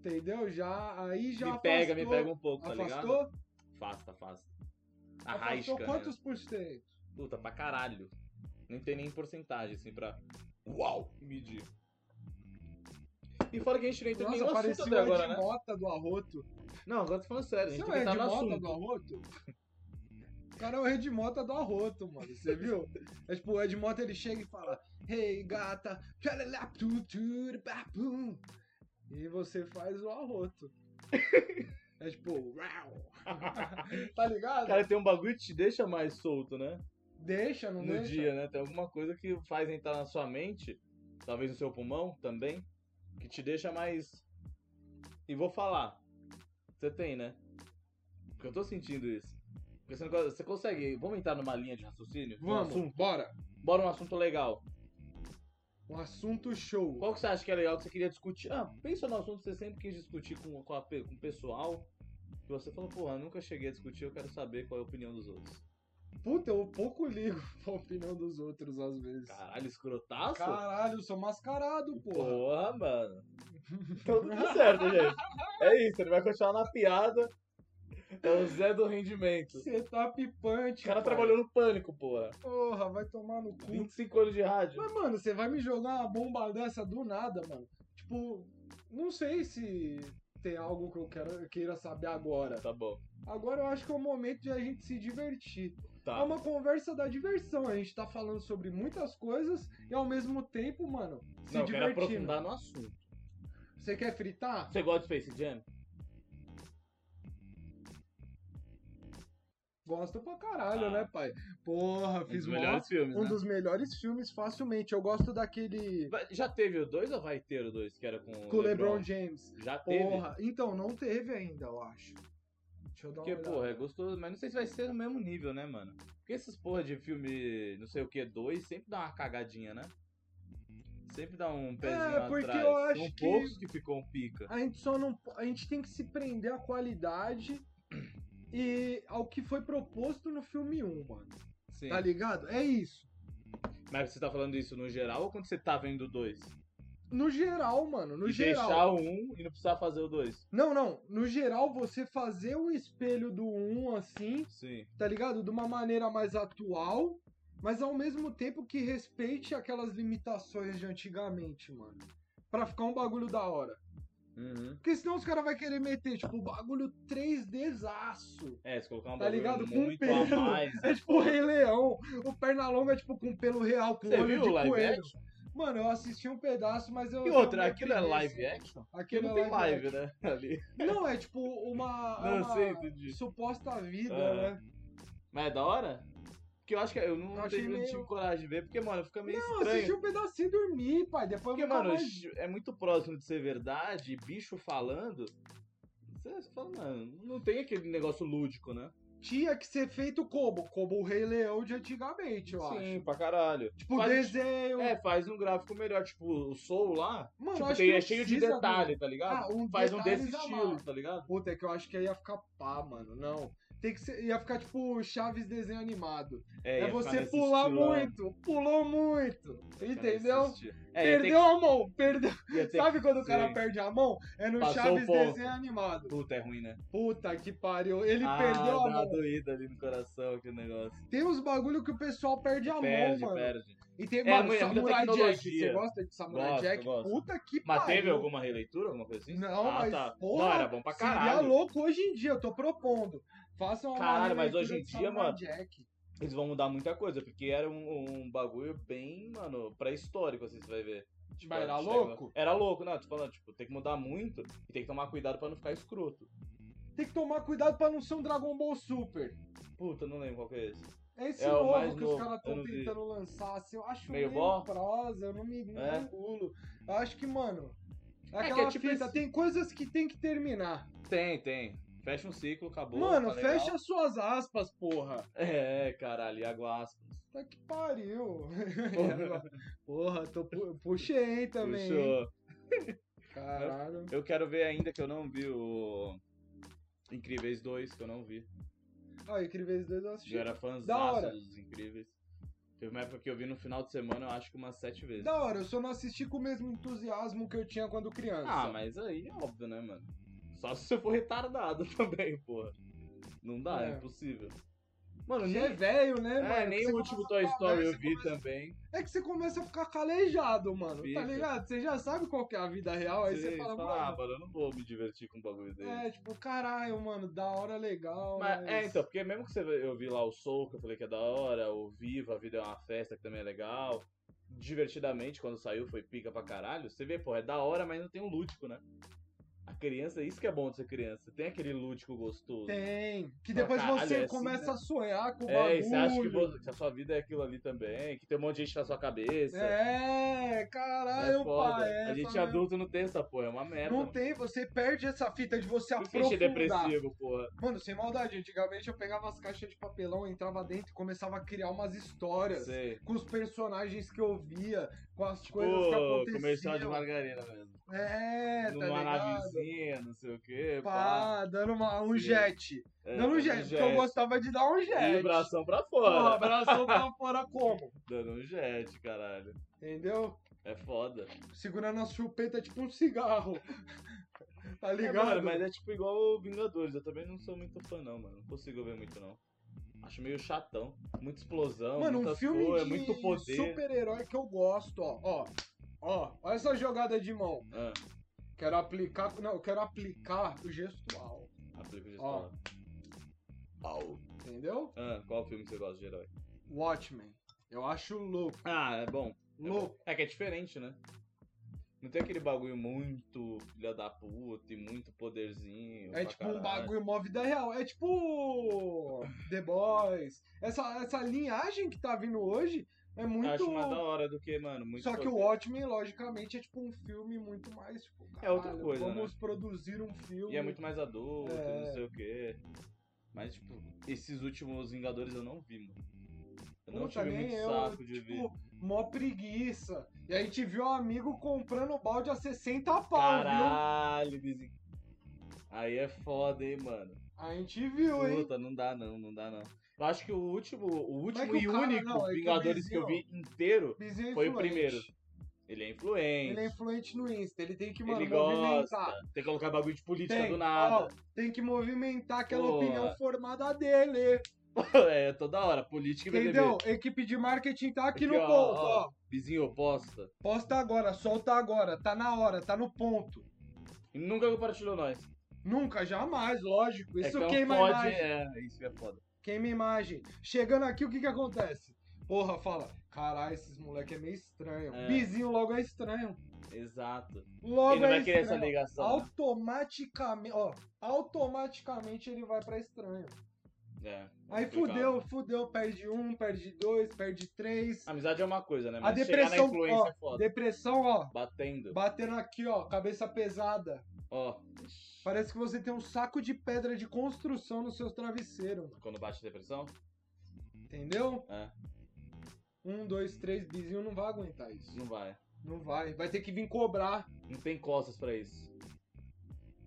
Speaker 1: Entendeu? Já, aí já
Speaker 2: me pega, me
Speaker 1: afastou-
Speaker 2: pega um pouco, tá ligado?
Speaker 1: Afastou?
Speaker 2: Afasta, afasta.
Speaker 1: Afastou
Speaker 2: Arrasca, né?
Speaker 1: quantos por cento?
Speaker 2: Puta, pra caralho. Não tem nem porcentagem, assim, pra. Uau! Medir. E fora que a gente não entrou em
Speaker 1: Nossa,
Speaker 2: nenhum assunto
Speaker 1: parecia o
Speaker 2: até agora,
Speaker 1: Ed
Speaker 2: né?
Speaker 1: Mota do Arroto.
Speaker 2: Não, agora tô falando sério, a
Speaker 1: Você
Speaker 2: gente
Speaker 1: é
Speaker 2: tem
Speaker 1: o Ed
Speaker 2: que entrar no
Speaker 1: Mota do
Speaker 2: assunto.
Speaker 1: Arroto? O cara é o Ed Mota do Arroto, mano. Você viu? É tipo, o Ed Mota ele chega e fala: Hey gata, tchalalá, tu, tu, pá, pum." E você faz o Arroto. É tipo, uau. Tá ligado?
Speaker 2: Cara, tem um bagulho que te deixa mais solto, né?
Speaker 1: deixa, não
Speaker 2: No
Speaker 1: deixa?
Speaker 2: dia, né? Tem alguma coisa que faz entrar na sua mente, talvez no seu pulmão também, que te deixa mais. E vou falar. Você tem, né? Porque eu tô sentindo isso. Porque você, não... você consegue. Vamos entrar numa linha de raciocínio? Um
Speaker 1: Vamos,
Speaker 2: assunto?
Speaker 1: bora.
Speaker 2: Bora um assunto legal.
Speaker 1: Um assunto show.
Speaker 2: Qual que você acha que é legal que você queria discutir? Ah, pensa no assunto que você sempre quis discutir com, com, a pe- com o pessoal. Que você falou, porra, nunca cheguei a discutir, eu quero saber qual é a opinião dos outros.
Speaker 1: Puta, eu pouco ligo pra opinião dos outros às vezes.
Speaker 2: Caralho, escrotaço?
Speaker 1: Caralho, eu sou mascarado, porra.
Speaker 2: Porra, mano. Então tudo certo, gente. É isso, ele vai continuar na piada. É o Zé do rendimento.
Speaker 1: Você tá pipante.
Speaker 2: O cara
Speaker 1: pai.
Speaker 2: trabalhou no pânico, porra.
Speaker 1: Porra, vai tomar no cu.
Speaker 2: 25 anos de rádio.
Speaker 1: Mas, mano, você vai me jogar uma bomba dessa do nada, mano. Tipo, não sei se tem algo que eu quero- queira saber agora.
Speaker 2: Tá bom.
Speaker 1: Agora eu acho que é o momento de a gente se divertir. É
Speaker 2: Tá.
Speaker 1: uma conversa da diversão. A gente tá falando sobre muitas coisas e ao mesmo tempo, mano, se
Speaker 2: Não, eu quero
Speaker 1: divertindo.
Speaker 2: aprofundar no assunto.
Speaker 1: Você quer fritar?
Speaker 2: Você gosta de Space Jam?
Speaker 1: Gosto pra caralho,
Speaker 2: Ah.
Speaker 1: né, pai? Porra, fiz mó-
Speaker 2: filmes,
Speaker 1: um dos melhores filmes facilmente. Eu gosto daquele
Speaker 2: Vai- Já teve o 2 ou vai ter o 2, que era com
Speaker 1: com o LeBron James.
Speaker 2: Já teve.
Speaker 1: Porra, então não teve ainda, eu acho. Deixa eu dar uma
Speaker 2: Porque,
Speaker 1: olhada.
Speaker 2: porra, é gostoso, mas não sei se vai ser no mesmo nível, né, mano? Porque esses porra de filme, não sei o que, dois, sempre dá uma cagadinha, né? Sempre dá um pezinho
Speaker 1: É, porque
Speaker 2: atrás.
Speaker 1: eu acho
Speaker 2: São
Speaker 1: que-
Speaker 2: poucos que ficam um pica.
Speaker 1: A gente só não. A gente tem que se prender à qualidade e ao que foi proposto no filme 1, mano.
Speaker 2: Sim.
Speaker 1: Tá ligado? É isso.
Speaker 2: Mas você tá falando isso no geral ou quando você tá vendo o dois?
Speaker 1: No geral, mano. No
Speaker 2: e
Speaker 1: geral.
Speaker 2: deixar o um e não precisar fazer o dois.
Speaker 1: Não, não. No geral, você fazer um espelho do 1 assim,
Speaker 2: Sim.
Speaker 1: tá ligado? De uma maneira mais atual, mas ao mesmo tempo que respeite aquelas limitações de antigamente, mano. Pra ficar um bagulho da hora.
Speaker 2: Uhum.
Speaker 1: Porque senão os caras vão querer meter, tipo, bagulho 3Dzaço.
Speaker 2: É, se colocar um
Speaker 1: Tá
Speaker 2: bagulho
Speaker 1: ligado? Com
Speaker 2: muito
Speaker 1: pelo.
Speaker 2: a mais.
Speaker 1: É tipo o Rei Leão. O Pernalonga, tipo, com pelo real, com
Speaker 2: Você
Speaker 1: olho
Speaker 2: viu
Speaker 1: de
Speaker 2: o live
Speaker 1: coelho.
Speaker 2: action?
Speaker 1: Mano, eu assisti um pedaço, mas eu...
Speaker 2: E outra, aquilo é live action? Porque
Speaker 1: Aquilo
Speaker 2: não
Speaker 1: é
Speaker 2: tem live,
Speaker 1: action.
Speaker 2: né? Ali.
Speaker 1: Não, é tipo uma...
Speaker 2: Não
Speaker 1: uma
Speaker 2: sei, entendi.
Speaker 1: Suposta vida,
Speaker 2: Ah.
Speaker 1: né?
Speaker 2: Mas é da hora? Porque eu acho que eu não,
Speaker 1: Eu achei
Speaker 2: tive, não
Speaker 1: meio-
Speaker 2: tive coragem de ver, porque, mano, fica meio
Speaker 1: Não, eu
Speaker 2: estranho.
Speaker 1: assisti um pedacinho e dormi, pai. Depois
Speaker 2: Porque,
Speaker 1: eu nunca
Speaker 2: mano,
Speaker 1: mais
Speaker 2: é muito próximo de ser verdade, e bicho falando. Você fala, mano, não tem aquele negócio lúdico, né?
Speaker 1: tinha que ser feito como? Como o Rei Leão de antigamente, eu acho.
Speaker 2: pra caralho.
Speaker 1: Tipo,
Speaker 2: Faz-
Speaker 1: desenho.
Speaker 2: É, faz um gráfico melhor, tipo, o Soul lá.
Speaker 1: Mano, eu
Speaker 2: tipo,
Speaker 1: acho
Speaker 2: tem,
Speaker 1: que
Speaker 2: é
Speaker 1: não
Speaker 2: cheio de
Speaker 1: precisa
Speaker 2: detalhe, tá
Speaker 1: do-
Speaker 2: ligado?
Speaker 1: Ah, um
Speaker 2: faz um desse
Speaker 1: detalhes a
Speaker 2: estilo,
Speaker 1: mais.
Speaker 2: tá ligado?
Speaker 1: Puta, é que eu acho que aí ia ficar pá, mano. Não. Tem que ser, ia ficar tipo Chaves desenho animado. É,
Speaker 2: ia ficar
Speaker 1: você
Speaker 2: nesse
Speaker 1: pular
Speaker 2: estilão,
Speaker 1: muito, pulou muito.
Speaker 2: ficar nesse
Speaker 1: Entendeu?
Speaker 2: estilo. É, ia ter
Speaker 1: Perdeu a mão, perdeu.
Speaker 2: que- ia ter
Speaker 1: Sabe quando o
Speaker 2: sim.
Speaker 1: cara perde a mão? É no
Speaker 2: Passou o
Speaker 1: Chaves
Speaker 2: ponto.
Speaker 1: desenho animado.
Speaker 2: Puta, é ruim, né?
Speaker 1: Puta que pariu. Ele
Speaker 2: ah,
Speaker 1: perdeu a
Speaker 2: dá uma
Speaker 1: mão.
Speaker 2: doída ali no coração, aquele negócio.
Speaker 1: Tem uns bagulho que o pessoal perde a
Speaker 2: perde,
Speaker 1: mão, mano.
Speaker 2: perde.
Speaker 1: E tem,
Speaker 2: É,
Speaker 1: mano,
Speaker 2: muita
Speaker 1: Samurai Jack.
Speaker 2: tecnologia.
Speaker 1: Você gosta de Samurai
Speaker 2: Gosto,
Speaker 1: Jack?
Speaker 2: gosto.
Speaker 1: Puta que pariu.
Speaker 2: Mas teve alguma releitura, alguma coisa assim?
Speaker 1: Não,
Speaker 2: ah,
Speaker 1: mas,
Speaker 2: tá.
Speaker 1: porra,
Speaker 2: não, era bom pra
Speaker 1: Seria
Speaker 2: caralho.
Speaker 1: louco hoje em dia, eu tô propondo. Façam uma
Speaker 2: Caralho, mas
Speaker 1: releitura
Speaker 2: hoje em
Speaker 1: de
Speaker 2: dia,
Speaker 1: Samurai
Speaker 2: mano,
Speaker 1: Jack.
Speaker 2: Eles vão mudar muita coisa, porque era um, um bagulho bem, mano, pré-histórico, assim, você vai ver. Tipo,
Speaker 1: Mas era
Speaker 2: a gente
Speaker 1: louco?
Speaker 2: Era louco, não, tô falando, tipo, tem que mudar muito e tem que tomar cuidado pra não ficar escroto.
Speaker 1: Tem que tomar cuidado pra não ser um Dragon Ball Super.
Speaker 2: Puta, não lembro qual que é esse.
Speaker 1: É esse
Speaker 2: É o mais
Speaker 1: novo que os
Speaker 2: novo,
Speaker 1: caras
Speaker 2: eu
Speaker 1: tão
Speaker 2: não vi.
Speaker 1: tentando lançar, assim, eu acho
Speaker 2: Meio
Speaker 1: meio,
Speaker 2: bom?
Speaker 1: prosa, eu não me não
Speaker 2: É?
Speaker 1: me engulo. Eu acho que, mano, é
Speaker 2: que é
Speaker 1: aquela
Speaker 2: tipo
Speaker 1: fita,
Speaker 2: esse-
Speaker 1: tem coisas que tem que terminar.
Speaker 2: Tem, tem. Fecha um ciclo, acabou.
Speaker 1: mano,
Speaker 2: tá legal.
Speaker 1: fecha as suas aspas, porra.
Speaker 2: É, caralho, e água aspas.
Speaker 1: Tá que pariu. Porra, tô pu- puxei hein, também. hein?
Speaker 2: Puxou.
Speaker 1: Caralho.
Speaker 2: Eu quero ver ainda que eu não vi o. Incríveis 2, que eu não vi.
Speaker 1: Ah, Incríveis 2 eu assisti.
Speaker 2: Eu era
Speaker 1: Da
Speaker 2: fãzaço
Speaker 1: hora.
Speaker 2: dos Incríveis. Teve uma época que eu vi no final de semana, eu acho que umas sete vezes.
Speaker 1: Da hora, eu só não assisti com o mesmo entusiasmo que eu tinha quando criança.
Speaker 2: Ah, mas aí é óbvio, né, mano? Só se você for retardado também, porra. Não dá, é,
Speaker 1: É.
Speaker 2: impossível. Mano,
Speaker 1: Você
Speaker 2: nem,
Speaker 1: é velho, né,
Speaker 2: é,
Speaker 1: mano?
Speaker 2: nem
Speaker 1: Você
Speaker 2: o último
Speaker 1: começa
Speaker 2: Toy
Speaker 1: a ficar
Speaker 2: Story
Speaker 1: velho,
Speaker 2: eu
Speaker 1: você
Speaker 2: vi
Speaker 1: começa-
Speaker 2: também.
Speaker 1: É que você começa a ficar calejado, mano,
Speaker 2: Fica.
Speaker 1: tá ligado? Você já sabe qual que é a vida real, aí
Speaker 2: Sim,
Speaker 1: você fala,
Speaker 2: ah,
Speaker 1: mano...
Speaker 2: mano, eu não vou me divertir com um bagulho dele.
Speaker 1: É, tipo, caralho, mano, da hora legal, né?"
Speaker 2: Mas,
Speaker 1: mas...
Speaker 2: é, então, porque mesmo que você, eu vi lá o Soul, que eu falei que é da hora, o Viva, a Vida é uma Festa, que também é legal. Divertidamente, quando saiu, foi pica pra caralho. Você vê, porra, é da hora, mas não tem um lúdico, né? A criança, isso que é bom de ser criança. Tem aquele lúdico gostoso.
Speaker 1: Tem. Que
Speaker 2: Ah,
Speaker 1: depois
Speaker 2: caralho,
Speaker 1: você
Speaker 2: é assim,
Speaker 1: começa
Speaker 2: né?
Speaker 1: a sonhar com o bagulho.
Speaker 2: É, e você acha que, vo- que a sua vida é aquilo ali também, que tem um monte de gente na sua cabeça.
Speaker 1: É, caralho,
Speaker 2: foda.
Speaker 1: pai,
Speaker 2: É
Speaker 1: é,
Speaker 2: A gente adulto não tem essa porra, é uma merda.
Speaker 1: Não
Speaker 2: mano.
Speaker 1: tem, você perde essa fita de você
Speaker 2: Por que a gente é
Speaker 1: aprofundar.
Speaker 2: depressivo, porra?
Speaker 1: Mano, sem maldade, antigamente eu pegava as caixas de papelão, entrava dentro e começava a criar umas histórias.
Speaker 2: Sei.
Speaker 1: Com os personagens que eu via, com as coisas que
Speaker 2: Pô,
Speaker 1: aconteciam.
Speaker 2: comercial Tipo, de margarina mesmo.
Speaker 1: É, tá
Speaker 2: Numa
Speaker 1: ligado?
Speaker 2: navezinha, não sei o quê. Pá.
Speaker 1: Pá, dando uma, um
Speaker 2: Sim.
Speaker 1: jet.
Speaker 2: É,
Speaker 1: dando um
Speaker 2: um
Speaker 1: jet, porque eu gostava de dar um jet.
Speaker 2: E bração pra
Speaker 1: Um
Speaker 2: fora.
Speaker 1: abração pra fora como?
Speaker 2: Dando um jet, caralho.
Speaker 1: Entendeu?
Speaker 2: É foda.
Speaker 1: Tá Segurando a chupeta tipo um cigarro. tá
Speaker 2: É,
Speaker 1: ligado?
Speaker 2: mano, mas é tipo igual o Vingadores. Eu também não sou muito fã, não, mano. Não consigo ver muito, não. Acho meio chatão. Muita explosão,
Speaker 1: Mano, um
Speaker 2: muitas
Speaker 1: filme
Speaker 2: cores,
Speaker 1: de
Speaker 2: muito poder.
Speaker 1: super-herói que eu gosto, ó. Ó, ó, olha essa jogada de mão.
Speaker 2: Ah,
Speaker 1: Quero aplicar. Não, eu quero aplicar o gestual.
Speaker 2: aplico de
Speaker 1: Ó.
Speaker 2: escola.
Speaker 1: Entendeu?
Speaker 2: Ah, qual filme que você gosta de herói?
Speaker 1: Watchmen. Eu acho louco.
Speaker 2: Ah, é bom. É bom.
Speaker 1: Louco.
Speaker 2: É que é diferente, né? Não tem aquele bagulho muito filha da puta e muito poderzinho.
Speaker 1: É
Speaker 2: pra
Speaker 1: tipo um
Speaker 2: caralho.
Speaker 1: bagulho mó vida real. É tipo. The Boys. Essa, essa linhagem que tá vindo hoje é
Speaker 2: Eu
Speaker 1: muito.
Speaker 2: Acho mais da hora do que, mano, muito
Speaker 1: Só que o
Speaker 2: poder.
Speaker 1: Watchmen, logicamente, é tipo um filme muito mais. Tipo,
Speaker 2: É outra
Speaker 1: caralho,
Speaker 2: coisa,
Speaker 1: Vamos produzir um filme.
Speaker 2: E é muito mais adulto,
Speaker 1: É.
Speaker 2: não sei o quê. Mas, tipo, esses últimos Vingadores eu não vi, mano. Eu não
Speaker 1: Puta,
Speaker 2: tive
Speaker 1: nem
Speaker 2: muito
Speaker 1: eu,
Speaker 2: saco de ver.
Speaker 1: tipo, mó preguiça. E a gente viu um amigo comprando balde a 60 pau, viu?
Speaker 2: Caralho, vizinho. Aí é foda, hein, mano.
Speaker 1: A gente viu, hein?
Speaker 2: Puta, não dá não, não dá não. Eu acho que o último, o último
Speaker 1: que
Speaker 2: e
Speaker 1: o cara-
Speaker 2: único
Speaker 1: não, é que o
Speaker 2: Vingadores que eu vi
Speaker 1: vizinho-
Speaker 2: inteiro
Speaker 1: Bizinho é
Speaker 2: foi o
Speaker 1: influente.
Speaker 2: primeiro. Ele é influente.
Speaker 1: Ele é influente no Insta, ele tem que, mano,
Speaker 2: Ele
Speaker 1: movimentar.
Speaker 2: gosta. Tem que colocar bagulho de política
Speaker 1: Tem,
Speaker 2: do nada.
Speaker 1: ó, tem que movimentar aquela
Speaker 2: Pô.
Speaker 1: opinião formada dele.
Speaker 2: é, toda hora. Política e BBB.
Speaker 1: Entendeu? Equipe de marketing tá aqui,
Speaker 2: Aqui,
Speaker 1: no
Speaker 2: ó,
Speaker 1: ponto, ó.
Speaker 2: ó. Vizinho oposta.
Speaker 1: Posta agora, solta agora, tá na hora, tá no ponto.
Speaker 2: E nunca compartilhou nós.
Speaker 1: Nunca, jamais, lógico. Isso
Speaker 2: então
Speaker 1: queima a
Speaker 2: pode-
Speaker 1: imagem.
Speaker 2: É, isso que é foda.
Speaker 1: Queima a imagem. Chegando aqui, o que que acontece? Porra, fala. Caralho, esses moleque é meio estranho.
Speaker 2: É.
Speaker 1: Bizinho logo é estranho.
Speaker 2: Exato. Ele
Speaker 1: Logo
Speaker 2: não
Speaker 1: é
Speaker 2: vai querer essa
Speaker 1: estranho.
Speaker 2: ligação. né?
Speaker 1: automaticamente, ó, automaticamente ele vai pra estranho.
Speaker 2: É,
Speaker 1: Aí
Speaker 2: complicado.
Speaker 1: fudeu, fudeu, perde um, perde dois, perde três.
Speaker 2: Amizade é uma coisa, né?
Speaker 1: A
Speaker 2: Mas
Speaker 1: depressão,
Speaker 2: chegar na influência
Speaker 1: ó,
Speaker 2: é foda.
Speaker 1: Depressão, ó,
Speaker 2: Batendo.
Speaker 1: batendo aqui, ó, cabeça pesada.
Speaker 2: Ó,
Speaker 1: Parece que você tem um saco de pedra de construção no seu travesseiro, mano.
Speaker 2: quando bate depressão,
Speaker 1: entendeu?
Speaker 2: É.
Speaker 1: Um, dois, três, bizinho não vai aguentar isso.
Speaker 2: não vai.
Speaker 1: Não vai, vai ter que vir cobrar.
Speaker 2: Não tem costas pra isso.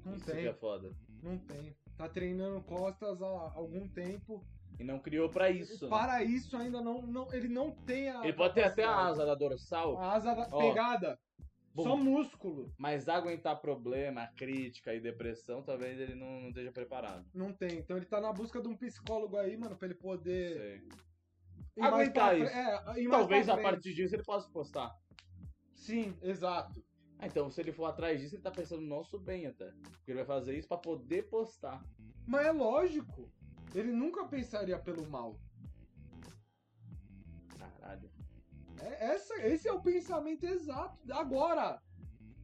Speaker 1: Não
Speaker 2: isso que
Speaker 1: tem,
Speaker 2: é foda.
Speaker 1: não tem. Tá treinando costas há algum tempo.
Speaker 2: E não criou pra isso. né?
Speaker 1: Para isso ainda não, não, ele não tem a
Speaker 2: Ele pode ter até a
Speaker 1: capacidade.
Speaker 2: asa da dorsal,
Speaker 1: A asa da
Speaker 2: Ó.
Speaker 1: pegada.
Speaker 2: Bom.
Speaker 1: Só músculo.
Speaker 2: mas aguentar problema, crítica e depressão, talvez ele não, não esteja preparado.
Speaker 1: Não tem. Então ele tá na busca de um psicólogo aí, mano, pra ele poder.
Speaker 2: Sei.
Speaker 1: ir mais
Speaker 2: Aguentar
Speaker 1: pra
Speaker 2: isso.
Speaker 1: fre- É, ir É. mais
Speaker 2: Talvez
Speaker 1: pra
Speaker 2: a
Speaker 1: frente.
Speaker 2: partir disso ele possa postar.
Speaker 1: Sim, exato.
Speaker 2: Ah, então se ele for atrás disso, ele tá pensando no nosso bem até. Porque ele vai fazer isso pra poder postar.
Speaker 1: Mas é lógico. Ele nunca pensaria pelo mal.
Speaker 2: Caralho.
Speaker 1: É, essa, esse é o pensamento exato. Agora.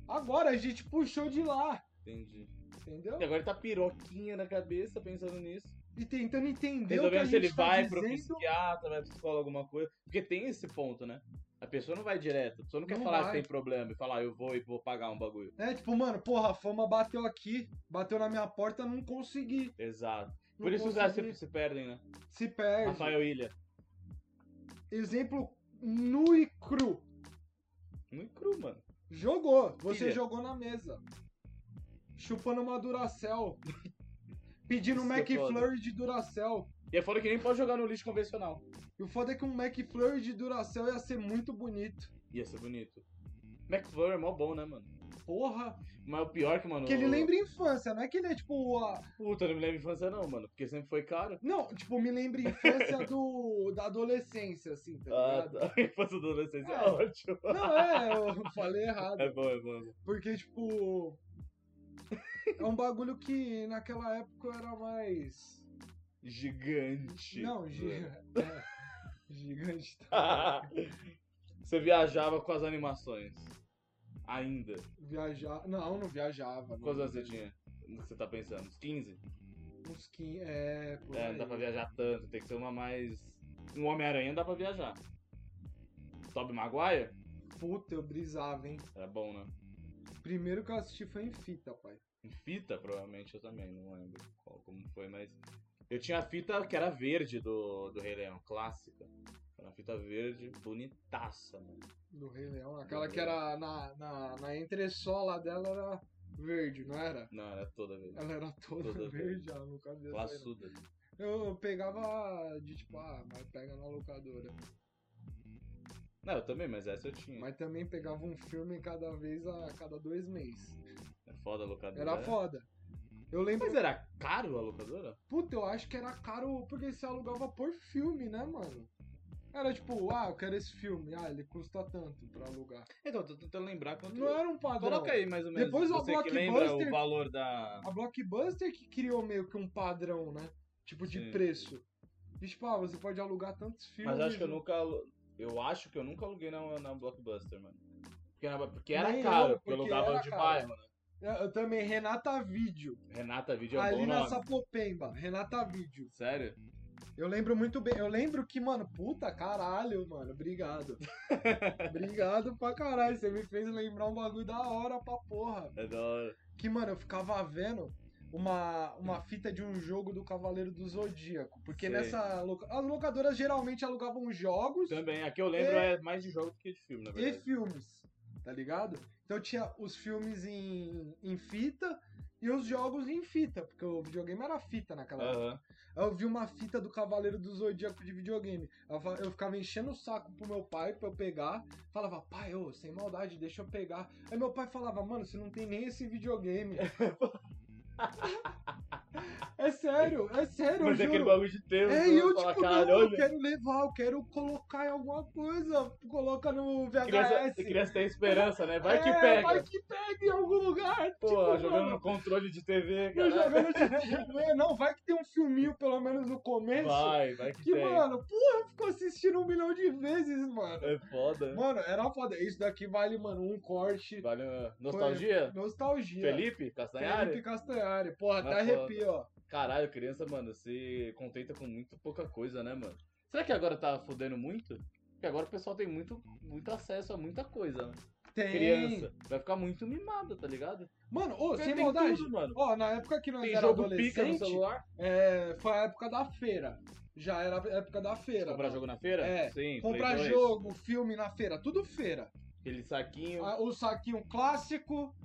Speaker 1: Agora a gente puxou de lá.
Speaker 2: Entendi.
Speaker 1: Entendeu?
Speaker 2: E agora ele tá piroquinha na cabeça pensando nisso.
Speaker 1: E tentando entender o então que a
Speaker 2: Resolvendo se ele
Speaker 1: gente tá
Speaker 2: vai pro
Speaker 1: dizendo.
Speaker 2: psiquiatra, vai pro psicólogo, alguma coisa. Porque tem esse ponto, né? A pessoa não vai direto. A pessoa não quer
Speaker 1: Não
Speaker 2: falar
Speaker 1: vai.
Speaker 2: que tem problema e falar, "Ah, eu vou e vou pagar um bagulho.
Speaker 1: É, tipo, mano, porra, a fama bateu aqui, bateu na minha porta, não consegui.
Speaker 2: Exato.
Speaker 1: não É,
Speaker 2: Por isso os caras
Speaker 1: consegui.
Speaker 2: sempre se perdem, né?
Speaker 1: se perde.
Speaker 2: Rafael Ilha.
Speaker 1: Exemplo nu e cru.
Speaker 2: Muito cru, mano.
Speaker 1: Jogou. Você
Speaker 2: Filha.
Speaker 1: jogou na mesa. Chupando uma Duracell. Pedindo um
Speaker 2: Isso que é foda.
Speaker 1: McFlurry de Duracell.
Speaker 2: E é foda que nem pode jogar no lixo convencional.
Speaker 1: E o foda é que um McFlurry de Duracell ia ser muito bonito.
Speaker 2: Ia ser bonito. McFlurry é mó bom, né, mano?
Speaker 1: Porra.
Speaker 2: Mas o pior é que, mano.
Speaker 1: Que ele
Speaker 2: o-
Speaker 1: lembra infância, não é que ele é tipo. a-
Speaker 2: Puta, não me lembro de infância, não, mano. Porque sempre foi caro.
Speaker 1: Não, tipo, me lembra infância do... da adolescência, assim, tá
Speaker 2: Ah,
Speaker 1: ligado?
Speaker 2: tá. Infância e adolescência é
Speaker 1: É.
Speaker 2: ótimo.
Speaker 1: Não, é, eu falei errado.
Speaker 2: É bom, é bom. é bom.
Speaker 1: Porque, tipo. É um bagulho que naquela época era mais.
Speaker 2: Gigante.
Speaker 1: Não, gi- é. gigante. tá?
Speaker 2: Você viajava com as animações. Ainda.
Speaker 1: Viajar. Não, não viajava.
Speaker 2: Quantos
Speaker 1: não.
Speaker 2: anos você tinha? No que Você tá pensando? Uns 15?
Speaker 1: Uns 15. É, por
Speaker 2: É, não dá
Speaker 1: aí.
Speaker 2: pra viajar tanto. Tem que ser uma mais. Um Homem-Aranha dá pra viajar. Sobe Maguire?
Speaker 1: Puta, eu brisava, hein?
Speaker 2: Era bom, né?
Speaker 1: Primeiro que eu assisti foi em fita, pai.
Speaker 2: Em fita, provavelmente, eu também, não lembro qual, como foi, mas. Eu tinha a fita que era verde do, do Rei Leão, clássica. Era uma fita verde, bonitaça, mano.
Speaker 1: Do Rei Leão. Aquela que era na, na, na entressola dela era verde, não era?
Speaker 2: Não, era toda verde.
Speaker 1: Ela era toda,
Speaker 2: Toda
Speaker 1: verde, ela no caso dessa. aí, não.
Speaker 2: Classuda.
Speaker 1: Eu, eu pegava de tipo, ah, mas pega na locadora.
Speaker 2: Não, eu também, mas essa eu tinha.
Speaker 1: Mas também pegava um filme cada vez a cada dois meses.
Speaker 2: É foda a locadora.
Speaker 1: Era foda. Eu lembro.
Speaker 2: Mas é- era caro a locadora?
Speaker 1: Puta, eu acho que era caro porque se alugava por filme, né, mano? Era tipo, ah, eu quero esse filme. Ah, ele custa tanto pra alugar.
Speaker 2: Então, tô tentando lembrar quanto.
Speaker 1: Não era um padrão.
Speaker 2: Coloca aí mais ou menos.
Speaker 1: Depois a
Speaker 2: você que lembra o
Speaker 1: Blockbuster-
Speaker 2: valor da.
Speaker 1: A Blockbuster que criou meio que um padrão, né? Tipo, de
Speaker 2: Sim.
Speaker 1: preço. E, tipo, ah, você pode alugar tantos filmes.
Speaker 2: Mas acho que eu nunca. alu- Eu acho que eu nunca aluguei na, na Blockbuster, mano. Porque era, porque era
Speaker 1: Nem eu,
Speaker 2: caro, porque
Speaker 1: porque
Speaker 2: eu alugava
Speaker 1: era
Speaker 2: de
Speaker 1: caro.
Speaker 2: bairro, né?
Speaker 1: Eu, eu também, Renata Vídeo.
Speaker 2: Renata Vídeo é um
Speaker 1: ali
Speaker 2: bom
Speaker 1: na
Speaker 2: nome.
Speaker 1: Sapopemba, Renata Vídeo.
Speaker 2: Sério?
Speaker 1: Eu lembro muito bem. Eu lembro que, mano, puta caralho, mano. Obrigado. obrigado pra caralho. Você me fez lembrar um bagulho da hora pra porra.
Speaker 2: É da hora.
Speaker 1: Que, mano, eu ficava vendo uma, uma fita de um jogo do Cavaleiro do Zodíaco. Porque
Speaker 2: Sei.
Speaker 1: nessa. loca- As locadoras geralmente alugavam jogos
Speaker 2: Também, aqui eu lembro é mais de jogo do que de filme, na
Speaker 1: e
Speaker 2: verdade.
Speaker 1: filmes, tá ligado? Então tinha os filmes em, em fita e os jogos em fita, porque o videogame era fita naquela época.
Speaker 2: Aham.
Speaker 1: Aí eu vi uma fita do Cavaleiro do Zodíaco de videogame. Eu fa- Eu ficava enchendo o saco pro meu pai pra eu pegar. Falava, pai, ô, sem maldade, deixa eu pegar. Aí meu pai falava, mano, você não tem nem esse videogame. é sério, é sério,
Speaker 2: Mas é
Speaker 1: eu
Speaker 2: aquele
Speaker 1: juro.
Speaker 2: bagulho de tempo.
Speaker 1: É, e eu,
Speaker 2: fala,
Speaker 1: tipo,
Speaker 2: caralho,
Speaker 1: não, eu
Speaker 2: olha,
Speaker 1: quero levar, eu quero colocar em alguma coisa. Coloca no VHS.
Speaker 2: criança, criança tem esperança, né? Vai que
Speaker 1: É,
Speaker 2: pega.
Speaker 1: Vai que pega em algum lugar.
Speaker 2: Pô,
Speaker 1: tipo,
Speaker 2: jogando
Speaker 1: mano,
Speaker 2: no controle de TV,
Speaker 1: eu
Speaker 2: cara.
Speaker 1: jogando de TV. Não, vai que tem um filminho, pelo menos no começo.
Speaker 2: Vai, vai que,
Speaker 1: Que,
Speaker 2: tem.
Speaker 1: mano, porra, ficou assistindo um milhão de vezes, mano.
Speaker 2: É foda.
Speaker 1: Mano, era foda. Isso daqui vale, mano, um corte.
Speaker 2: Vale nostalgia?
Speaker 1: Nostalgia.
Speaker 2: Felipe Castanhari?
Speaker 1: Felipe Castanhari. Porra,
Speaker 2: Mas
Speaker 1: até
Speaker 2: foda.
Speaker 1: arrepio, ó.
Speaker 2: Caralho, criança, mano, se contenta com muito pouca coisa, né, mano? Será que agora tá fudendo muito? Porque agora o pessoal tem muito, muito acesso a muita coisa, né?
Speaker 1: Tem.
Speaker 2: Criança. Vai ficar muito mimada, tá ligado?
Speaker 1: Mano, ô,
Speaker 2: Porque
Speaker 1: sem
Speaker 2: tem
Speaker 1: maldade.
Speaker 2: tudo, mano.
Speaker 1: Ó, na época que nós
Speaker 2: Tem
Speaker 1: era
Speaker 2: jogo pica no
Speaker 1: adolescente,
Speaker 2: celular.
Speaker 1: é, foi a época da feira. Já era a época da feira.
Speaker 2: Comprar
Speaker 1: mano.
Speaker 2: jogo então na feira?
Speaker 1: É,
Speaker 2: Sim.
Speaker 1: Comprar
Speaker 2: Play dois,
Speaker 1: jogo, filme na feira, tudo feira.
Speaker 2: Aquele saquinho.
Speaker 1: Ah, O saquinho clássico,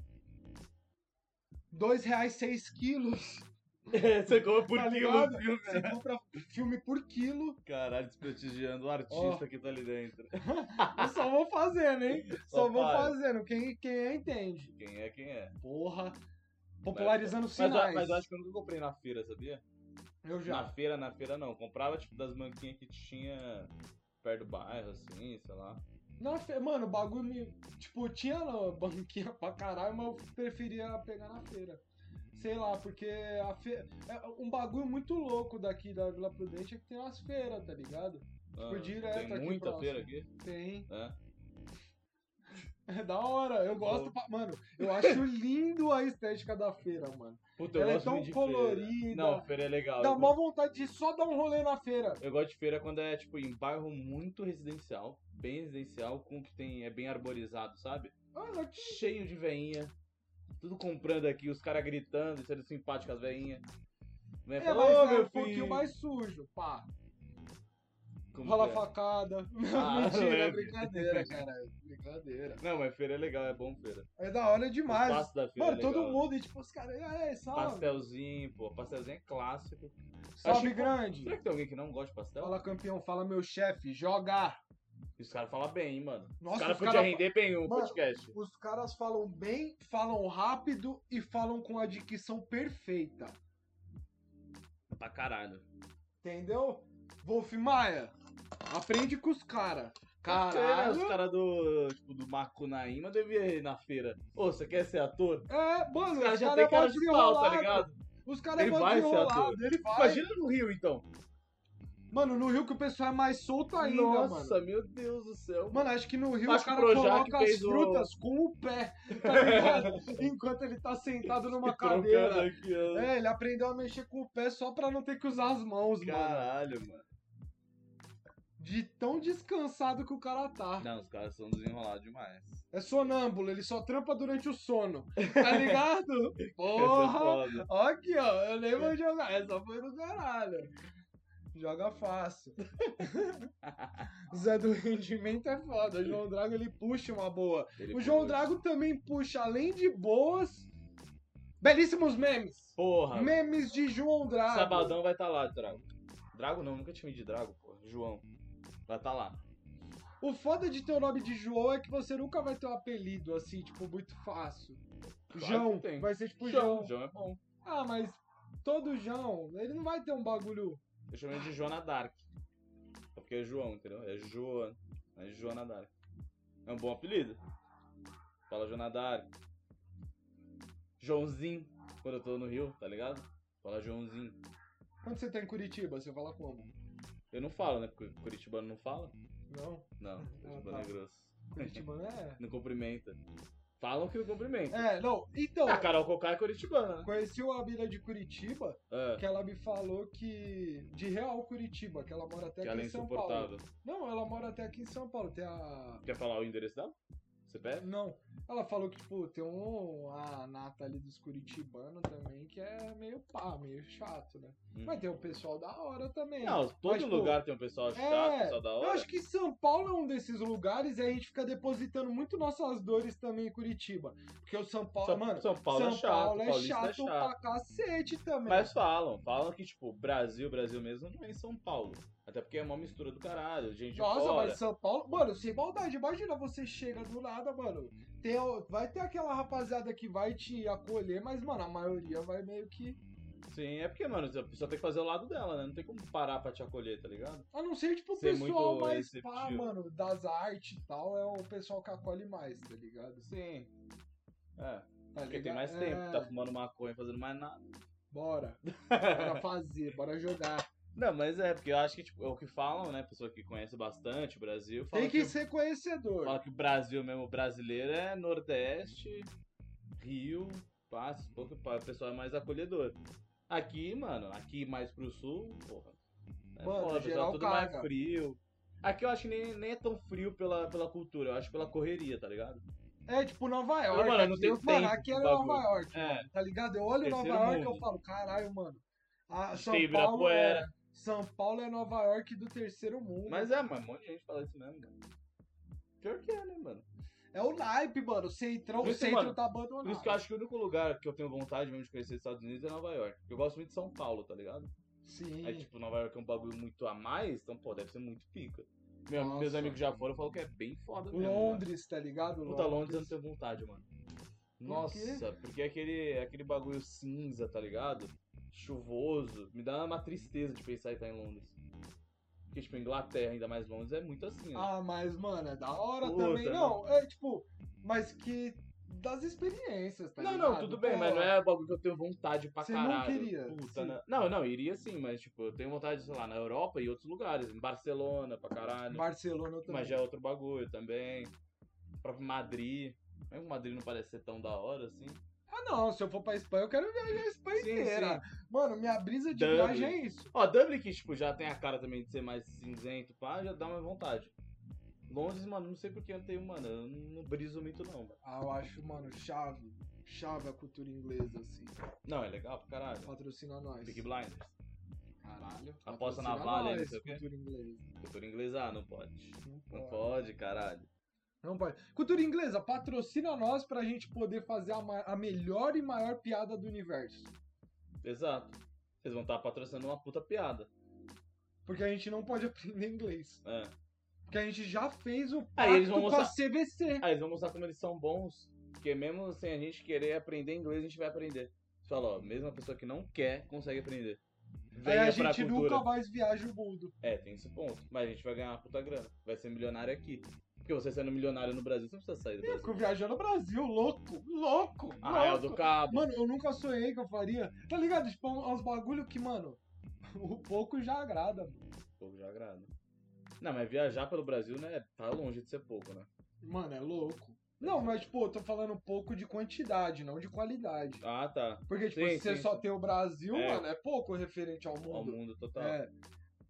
Speaker 1: dois reais seis quilos.
Speaker 2: Você compra por
Speaker 1: Tá
Speaker 2: quilo,
Speaker 1: ligado?
Speaker 2: viu?
Speaker 1: Você compra filme por quilo.
Speaker 2: Caralho, desprestigiando o artista que tá ali dentro.
Speaker 1: Eu só vou fazendo, hein? Só
Speaker 2: Só
Speaker 1: vou
Speaker 2: faz.
Speaker 1: fazendo. Quem, quem é, entende.
Speaker 2: Quem é, quem é.
Speaker 1: Porra. Popularizando
Speaker 2: Mas,
Speaker 1: sinais.
Speaker 2: eu- mas eu acho que eu nunca comprei na feira, sabia?
Speaker 1: Eu
Speaker 2: Na
Speaker 1: já.
Speaker 2: feira, na feira não. Comprava, tipo, das manquinhas que tinha perto do bairro, assim, sei lá.
Speaker 1: Na fe... Mano, o bagulho me. Tipo, tinha lá banquinha pra caralho, mas eu preferia pegar na feira. Sei lá, porque a feira. Um bagulho muito louco daqui da Vila Prudente é que tem umas feiras, tá ligado?
Speaker 2: Ah,
Speaker 1: Tipo, direto
Speaker 2: Tem
Speaker 1: aqui
Speaker 2: muita
Speaker 1: próximo.
Speaker 2: feira aqui,
Speaker 1: Tem.
Speaker 2: né?
Speaker 1: É da hora. Eu gosto.
Speaker 2: Bom.
Speaker 1: pra- Mano, eu acho lindo a estética da feira, mano.
Speaker 2: Puta, eu
Speaker 1: Ela é
Speaker 2: gosto
Speaker 1: tão
Speaker 2: muito de feira.
Speaker 1: colorida.
Speaker 2: Não, feira é legal.
Speaker 1: Dá
Speaker 2: eu,
Speaker 1: mó
Speaker 2: gosto,
Speaker 1: vontade de só dar um rolê na feira.
Speaker 2: eu gosto de feira quando é, tipo, em bairro muito residencial, bem residencial, com que tem, é bem arborizado, sabe?
Speaker 1: Olha que
Speaker 2: Cheio de veinha, tudo comprando aqui, os caras gritando, sendo simpático com as veinhas.
Speaker 1: É,
Speaker 2: Né?
Speaker 1: mas
Speaker 2: Fala, "Ô,
Speaker 1: é um
Speaker 2: meu
Speaker 1: pouquinho
Speaker 2: filho!
Speaker 1: mais sujo, pá.
Speaker 2: Como
Speaker 1: Rola
Speaker 2: que é?
Speaker 1: facada.
Speaker 2: Ah,
Speaker 1: Mentira, é
Speaker 2: leve.
Speaker 1: brincadeira, cara. é Brincadeira.
Speaker 2: Não, mas feira é legal, é bom feira.
Speaker 1: É da hora
Speaker 2: O
Speaker 1: demais.
Speaker 2: espaço da feira
Speaker 1: Mano,
Speaker 2: é
Speaker 1: todo
Speaker 2: legal.
Speaker 1: mundo, e tipo, os caras, é, salve,
Speaker 2: Pastelzinho, pô. Pastelzinho é clássico.
Speaker 1: salve
Speaker 2: acho que-
Speaker 1: grande.
Speaker 2: Será que tem alguém que não gosta de pastel?
Speaker 1: Hum. Fala campeão, fala meu chefe, joga.
Speaker 2: E Os caras falam bem, hein, mano. os
Speaker 1: Nossa,
Speaker 2: caras
Speaker 1: os
Speaker 2: podiam
Speaker 1: cara-
Speaker 2: render bem o
Speaker 1: Mano,
Speaker 2: podcast.
Speaker 1: Os caras falam bem, falam rápido e falam com a dicção perfeita.
Speaker 2: Pra caralho.
Speaker 1: Entendeu? Wolf Maia, aprende com os caras.
Speaker 2: Os
Speaker 1: Caralho.
Speaker 2: caras do, tipo, do Macunaíma devia ir na feira. Ô, você quer ser ator?
Speaker 1: É, mano, os
Speaker 2: Os caras
Speaker 1: caras
Speaker 2: já tem cara de pau, tá ligado?
Speaker 1: Os caras
Speaker 2: Ele
Speaker 1: vão
Speaker 2: vai ser
Speaker 1: desenrolado,
Speaker 2: ator.
Speaker 1: ele vai.
Speaker 2: Imagina no Rio, então.
Speaker 1: Mano, no Rio que o pessoal é mais solto ainda,
Speaker 2: Nossa,
Speaker 1: mano.
Speaker 2: meu Deus do céu.
Speaker 1: Mano, acho que no Rio
Speaker 2: Acho
Speaker 1: o
Speaker 2: que o
Speaker 1: cara
Speaker 2: Projac
Speaker 1: coloca as
Speaker 2: fez o-
Speaker 1: frutas com o pé, tá ligado? Enquanto ele tá sentado numa
Speaker 2: Trocando
Speaker 1: cadeira.
Speaker 2: aqui, ó.
Speaker 1: É, ele aprendeu a mexer com o pé só pra não ter que usar as mãos, mano.
Speaker 2: Caralho, mano.
Speaker 1: de tão descansado que o cara tá.
Speaker 2: Não, os caras são desenrolados demais.
Speaker 1: É sonâmbulo, ele só trampa durante o sono. Tá ligado? Porra!
Speaker 2: Essa é foda.
Speaker 1: Ó aqui, ó. Eu nem
Speaker 2: É.
Speaker 1: vou jogar. Essa foi do caralho. Joga fácil. Zé do rendimento é foda. O João Drago ele puxa uma boa.
Speaker 2: Ele
Speaker 1: O João
Speaker 2: puxa.
Speaker 1: Drago também puxa, além de boas, belíssimos memes.
Speaker 2: Porra.
Speaker 1: Memes de João Drago.
Speaker 2: Sabadão vai estar tá lá, Drago. Drago não, nunca te chamei de Drago, porra. João. Vai estar tá lá.
Speaker 1: O foda de ter o nome de João é que você nunca vai ter um apelido assim, tipo, muito fácil.
Speaker 2: Claro
Speaker 1: João.
Speaker 2: que tem.
Speaker 1: Vai ser tipo João.
Speaker 2: João é bom.
Speaker 1: Ah, mas todo João, ele não vai ter um bagulho.
Speaker 2: Eu chamo ele de Joana Dark. Só porque é João, entendeu? É Joan. É Joana Dark. É um bom apelido. Fala Joana Dark. Joãozinho, quando eu tô no Rio, tá ligado? Fala Joãozinho.
Speaker 1: Quando você tá em Curitiba, você fala como?
Speaker 2: Eu não falo, né? Porque Curitibano não fala.
Speaker 1: Não,
Speaker 2: Não, Curitibano
Speaker 1: tá.
Speaker 2: é grosso.
Speaker 1: Curitiba não é.
Speaker 2: Não cumprimenta. Falam que não cumprimenta.
Speaker 1: É, não, então,
Speaker 2: A Carol Cocá é curitibana, né?
Speaker 1: conheci uma mina de Curitiba
Speaker 2: É,
Speaker 1: que ela me falou que. de Real Curitiba, que ela mora até
Speaker 2: que
Speaker 1: aqui
Speaker 2: ela é
Speaker 1: em São Paulo.
Speaker 2: insuportável.
Speaker 1: Não, ela mora até aqui em São Paulo. Tem a.
Speaker 2: Quer falar o endereço dela? Você pega?
Speaker 1: Não. Ela falou que, tipo, tem um, a nata ali dos curitibanos também, que é meio pá, meio chato, né? Mas tem o pessoal da hora também.
Speaker 2: Hum. Não, todo
Speaker 1: Mas, tipo,
Speaker 2: lugar tem um pessoal chato,
Speaker 1: é,
Speaker 2: pessoal da
Speaker 1: Eu
Speaker 2: hora.
Speaker 1: acho que São Paulo é um desses lugares e a gente fica depositando muito nossas dores também em Curitiba. Porque o São Paulo,
Speaker 2: São,
Speaker 1: mano,
Speaker 2: São Paulo é
Speaker 1: São
Speaker 2: chato,
Speaker 1: Paulo é
Speaker 2: paulista
Speaker 1: chato,
Speaker 2: é chato.
Speaker 1: pra cacete também.
Speaker 2: Mas falam, falam que, tipo, Brasil, Brasil mesmo não é em São Paulo. Até porque é uma mistura do caralho, gente de
Speaker 1: Nossa,
Speaker 2: fora.
Speaker 1: mas São Paulo, mano, sem maldade, imagina você chega do nada, mano. Tem, o- vai ter aquela rapaziada que vai te acolher, mas, mano, a maioria vai meio que.
Speaker 2: Sim, é porque, mano, a pessoa tem que fazer o lado dela, né? Não tem como parar pra te acolher, tá ligado?
Speaker 1: A não ser, tipo, o
Speaker 2: Ser
Speaker 1: pessoal
Speaker 2: muito
Speaker 1: mais
Speaker 2: receptivo.
Speaker 1: pá, mano, das artes e tal, é o pessoal que acolhe mais, tá ligado?
Speaker 2: Sim. É,
Speaker 1: Tá
Speaker 2: porque
Speaker 1: ligado?
Speaker 2: tem mais tempo,
Speaker 1: É,
Speaker 2: tá fumando maconha, fazendo mais nada.
Speaker 1: Bora. Bora fazer, bora jogar.
Speaker 2: Não, mas é, porque eu acho que, tipo, é o que falam, né? Pessoa que conhece bastante o Brasil, fala é
Speaker 1: Tem que ser conhecedor.
Speaker 2: Fala que o Brasil mesmo, o brasileiro é Nordeste, Rio, Passo, pouco pá, o pessoal é mais acolhedor. Aqui, mano, aqui mais pro sul, porra. É
Speaker 1: Mano,
Speaker 2: foda, o pessoal
Speaker 1: geral
Speaker 2: é tudo
Speaker 1: caga.
Speaker 2: mais frio. Aqui eu acho que nem, nem é tão frio pela, pela cultura, eu acho pela correria, tá ligado?
Speaker 1: É tipo Nova York.
Speaker 2: mano, não
Speaker 1: aqui,
Speaker 2: tem
Speaker 1: eu- mano,
Speaker 2: tempo
Speaker 1: aqui era
Speaker 2: pro bagulho.
Speaker 1: Nova York,
Speaker 2: É.
Speaker 1: mano, tá ligado? Eu olho
Speaker 2: Terceiro
Speaker 1: Nova York e
Speaker 2: mundo.
Speaker 1: eu falo, caralho, mano. a- São
Speaker 2: Tem
Speaker 1: Paulo é,
Speaker 2: Ibirapuera.
Speaker 1: São Paulo é Nova York do terceiro mundo.
Speaker 2: Mas é, mano, um monte de gente fala isso mesmo, cara. Pior que é, né, mano?
Speaker 1: É o naipe, mano. O centrão,
Speaker 2: Por
Speaker 1: o
Speaker 2: isso,
Speaker 1: centro
Speaker 2: mano,
Speaker 1: tá
Speaker 2: Por
Speaker 1: abandonado.
Speaker 2: isso que eu acho que o único lugar que eu tenho vontade mesmo de conhecer os Estados Unidos é Nova York. Eu gosto muito de São Paulo, tá ligado?
Speaker 1: Sim.
Speaker 2: Aí, tipo, Nova York é um bagulho muito a mais, então, pô, deve ser muito pica. Meu-
Speaker 1: Nossa.
Speaker 2: meus amigos já foram, falam que é bem foda mesmo.
Speaker 1: Londres, tá ligado?
Speaker 2: Mano. Puta, Londres é eu não tenho vontade, mano.
Speaker 1: quê?
Speaker 2: Nossa, porque é aquele, aquele bagulho cinza, tá ligado? Chuvoso. Me dá uma tristeza de pensar em estar em Londres. Porque, tipo, Inglaterra, ainda mais Londres, é muito assim, né?
Speaker 1: Ah, mas, mano, é da hora
Speaker 2: Puta, né?
Speaker 1: também. Não, é tipo, mas que das experiências, tá
Speaker 2: não,
Speaker 1: ligado?
Speaker 2: não, tudo bem,
Speaker 1: Pô,
Speaker 2: mas não é bagulho que eu tenho vontade pra
Speaker 1: Você não
Speaker 2: caralho.
Speaker 1: queria,
Speaker 2: Puta,
Speaker 1: sim.
Speaker 2: né? Não, não, iria sim, mas, tipo, eu tenho vontade, sei lá, na Europa e em outros lugares. Em Barcelona, pra caralho.
Speaker 1: Barcelona eu também.
Speaker 2: Mas já é outro bagulho também. O próprio Madrid. Mas o Madrid não parece ser tão da hora assim.
Speaker 1: Ah, não, se eu for pra Espanha, eu quero viajar a Espanha
Speaker 2: Sim,
Speaker 1: inteira. Mano, minha brisa de
Speaker 2: Dublin.
Speaker 1: viagem é isso.
Speaker 2: Ó, Dublin que tipo, já tem a cara também de ser mais cinzento, pá, já dá uma vontade. Londres, mano, não sei porque eu tenho, mano, eu não briso muito não, velho.
Speaker 1: Ah, eu acho, mano, chave. Chave a cultura inglesa, assim.
Speaker 2: Não, é legal pra caralho.
Speaker 1: Patrocina nós.
Speaker 2: Big Blinders.
Speaker 1: Caralho.
Speaker 2: Aposta na
Speaker 1: patrocina
Speaker 2: Vale,
Speaker 1: nós,
Speaker 2: não sei o quê.
Speaker 1: Cultura inglesa.
Speaker 2: Cultura inglesa, ah, não pode.
Speaker 1: Não
Speaker 2: Não
Speaker 1: pode.
Speaker 2: pode, caralho.
Speaker 1: Não pode. Cultura inglesa, patrocina nós pra gente poder fazer a, ma- a melhor e maior piada do universo.
Speaker 2: Exato. Vocês vão estar patrocinando uma puta piada.
Speaker 1: Porque a gente não pode aprender inglês.
Speaker 2: É.
Speaker 1: Porque a gente já fez o
Speaker 2: Aí eles
Speaker 1: pacto
Speaker 2: vão
Speaker 1: com a
Speaker 2: mostrar-
Speaker 1: CVC.
Speaker 2: Ah, eles vão mostrar como eles são bons. Porque mesmo sem a gente querer aprender inglês, a gente vai aprender. Você fala, ó, mesmo a pessoa que não quer, consegue aprender.
Speaker 1: Aí
Speaker 2: Venha
Speaker 1: a
Speaker 2: pra
Speaker 1: gente
Speaker 2: cultura.
Speaker 1: nunca mais viaja o mundo.
Speaker 2: É, tem esse ponto. Mas a gente vai ganhar uma puta grana. Vai ser milionário aqui. Porque você sendo milionário no Brasil, você não precisa sair do Brasil.
Speaker 1: Fico viajando no Brasil, louco, louco,
Speaker 2: Arraial
Speaker 1: louco.
Speaker 2: Ah, é do Cabo.
Speaker 1: Mano, eu nunca sonhei que eu faria. Tá ligado? Tipo, uns bagulho que, mano, o pouco já agrada. mano.
Speaker 2: Pouco já agrada. Não, mas viajar pelo Brasil, né? Tá longe de ser pouco, né?
Speaker 1: Mano, é louco. Não, mas, tipo, eu tô falando um pouco de quantidade, não de qualidade.
Speaker 2: Ah, tá.
Speaker 1: Porque, tipo,
Speaker 2: Sim,
Speaker 1: se você
Speaker 2: sim,
Speaker 1: só tem o Brasil,
Speaker 2: É.
Speaker 1: mano, é pouco referente ao
Speaker 2: Ao tá.
Speaker 1: mundo.
Speaker 2: mundo total.
Speaker 1: É.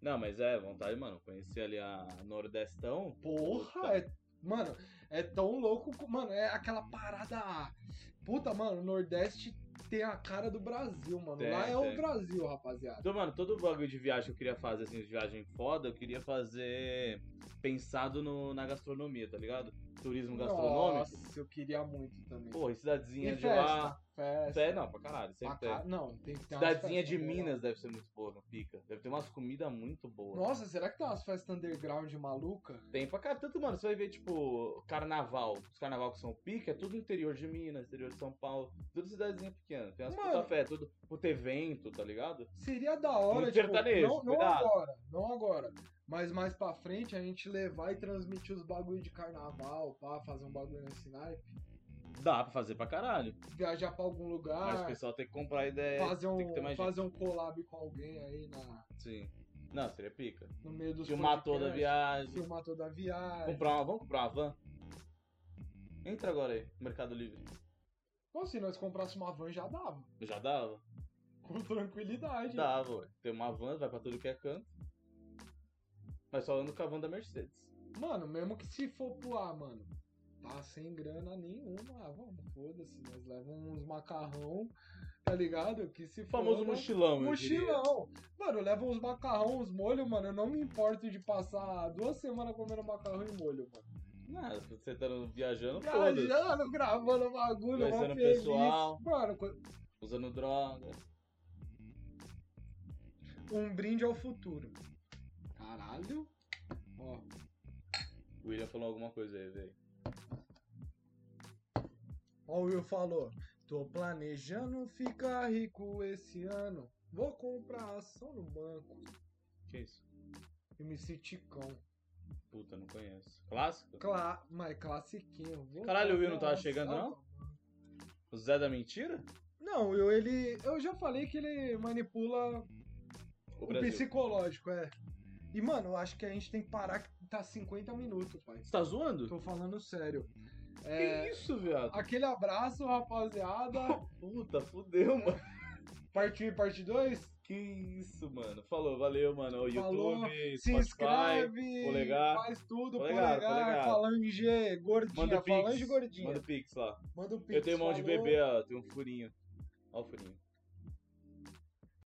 Speaker 2: Não, mas é, vontade, mano. Conhecer ali a Nordestão.
Speaker 1: Porra, é. Mano, é tão louco. co- Mano, é aquela parada. Puta, mano, o Nordeste tem a cara do Brasil, mano.
Speaker 2: Tem,
Speaker 1: Lá é
Speaker 2: tem.
Speaker 1: o Brasil, rapaziada.
Speaker 2: Então, mano, todo bagulho de viagem que eu queria fazer, assim, de viagem foda, eu queria fazer pensado no, na gastronomia, tá ligado? Turismo gastronômico.
Speaker 1: Nossa, eu queria muito também.
Speaker 2: Porra, e cidadezinha
Speaker 1: E
Speaker 2: de
Speaker 1: festa?
Speaker 2: lá.
Speaker 1: festa.
Speaker 2: Fé, não, pra caralho,
Speaker 1: pra
Speaker 2: sempre tem.
Speaker 1: cá- Não, tem que ter umas
Speaker 2: Cidadezinha
Speaker 1: festas
Speaker 2: de
Speaker 1: boas lá.
Speaker 2: Minas deve ser muito boa, não pica. Deve ter umas comidas muito boas.
Speaker 1: Nossa, será que tem umas festas underground maluca?
Speaker 2: Tem pra cá. Tanto, mano, você vai ver, tipo, carnaval. Os carnaval que são pica, é tudo interior de Minas, interior de São Paulo. Tudo cidadezinha pequena. Tem umas
Speaker 1: Mano.
Speaker 2: puta fé, tudo puta evento, tá ligado?
Speaker 1: Seria da hora,
Speaker 2: Muito
Speaker 1: tipo,
Speaker 2: sertanejo,
Speaker 1: não, não
Speaker 2: cuidado.
Speaker 1: agora, não agora. Mas mais pra frente a gente levar e transmitir os bagulho de carnaval, pá, fazer um bagulho nesse naipe,
Speaker 2: Dá pra fazer pra caralho.
Speaker 1: viajar pra algum
Speaker 2: Mas o
Speaker 1: lugar,
Speaker 2: pessoal tem que comprar a ideia.
Speaker 1: Ah. fazer,
Speaker 2: tem que ter
Speaker 1: um,
Speaker 2: mais
Speaker 1: fazer um collab com alguém aí na,
Speaker 2: Sim. É, Não, seria pica.
Speaker 1: no meio dos
Speaker 2: Filmar toda a
Speaker 1: podcasts,
Speaker 2: viagem.
Speaker 1: Filmar toda a viagem.
Speaker 2: Comprar uma, vamos comprar uma van? Entra agora aí, no Mercado Livre.
Speaker 1: Pô, se nós comprássemos uma van já dava,
Speaker 2: Já dava?
Speaker 1: com tranquilidade.
Speaker 2: Dava, ué. Tem uma van, vai pra tudo que é canto. Mas só anda com a van da Mercedes.
Speaker 1: Mano, mesmo que se for pular, mano, tá sem grana nenhuma, ah, vamos, foda-se, nós levamos uns macarrão, tá ligado? Que se
Speaker 2: O famoso
Speaker 1: foda.
Speaker 2: mochilão, eu diria.
Speaker 1: Mochilão! Mano, leva uns macarrão, uns molhos, mano. Eu não me importo de passar duas semanas comendo macarrão e molho, mano.
Speaker 2: Não, você tá viajando, foda-se.
Speaker 1: Viajando, gravando bagulho, mó
Speaker 2: Conhecendo
Speaker 1: feliz.
Speaker 2: pessoal.
Speaker 1: Mano, co-
Speaker 2: Usando droga.
Speaker 1: um brinde ao futuro. Caralho. Ó,
Speaker 2: O William falou alguma coisa aí, velho.
Speaker 1: ó o Will falou. Tô planejando ficar rico esse ano. Vou comprar ação no banco.
Speaker 2: Que isso?
Speaker 1: MC Ticão.
Speaker 2: Puta, não conheço. Clássico?
Speaker 1: Cla mas classiquinho. Vou
Speaker 2: Caralho, o Will não
Speaker 1: comprar
Speaker 2: tava chegando,
Speaker 1: ação
Speaker 2: não? O Zé da Mentira?
Speaker 1: Não, eu, ele. Eu já falei que ele manipula
Speaker 2: O
Speaker 1: o,
Speaker 2: Brasil.
Speaker 1: psicológico, é. E, mano, eu acho que a gente tem que parar que tá 50 minutos, pai.
Speaker 2: Você tá zoando?
Speaker 1: Tô falando sério. É,
Speaker 2: Que isso, viado?
Speaker 1: Aquele abraço, rapaziada.
Speaker 2: Puta, fudeu, mano.
Speaker 1: Parte 1 e parte 2.
Speaker 2: Que isso, mano. Falou, valeu, mano. O
Speaker 1: Falou,
Speaker 2: YouTube,
Speaker 1: Se
Speaker 2: Spotify.
Speaker 1: inscreve,
Speaker 2: polegar.
Speaker 1: faz tudo,
Speaker 2: Polegar,
Speaker 1: polegar,
Speaker 2: polegar.
Speaker 1: falange, gordinha,
Speaker 2: Manda pix.
Speaker 1: falange gordinha.
Speaker 2: Manda pix lá.
Speaker 1: Manda o pix,
Speaker 2: Eu tenho mão de
Speaker 1: falou.
Speaker 2: bebê, ó. Tem um furinho. Ó o furinho.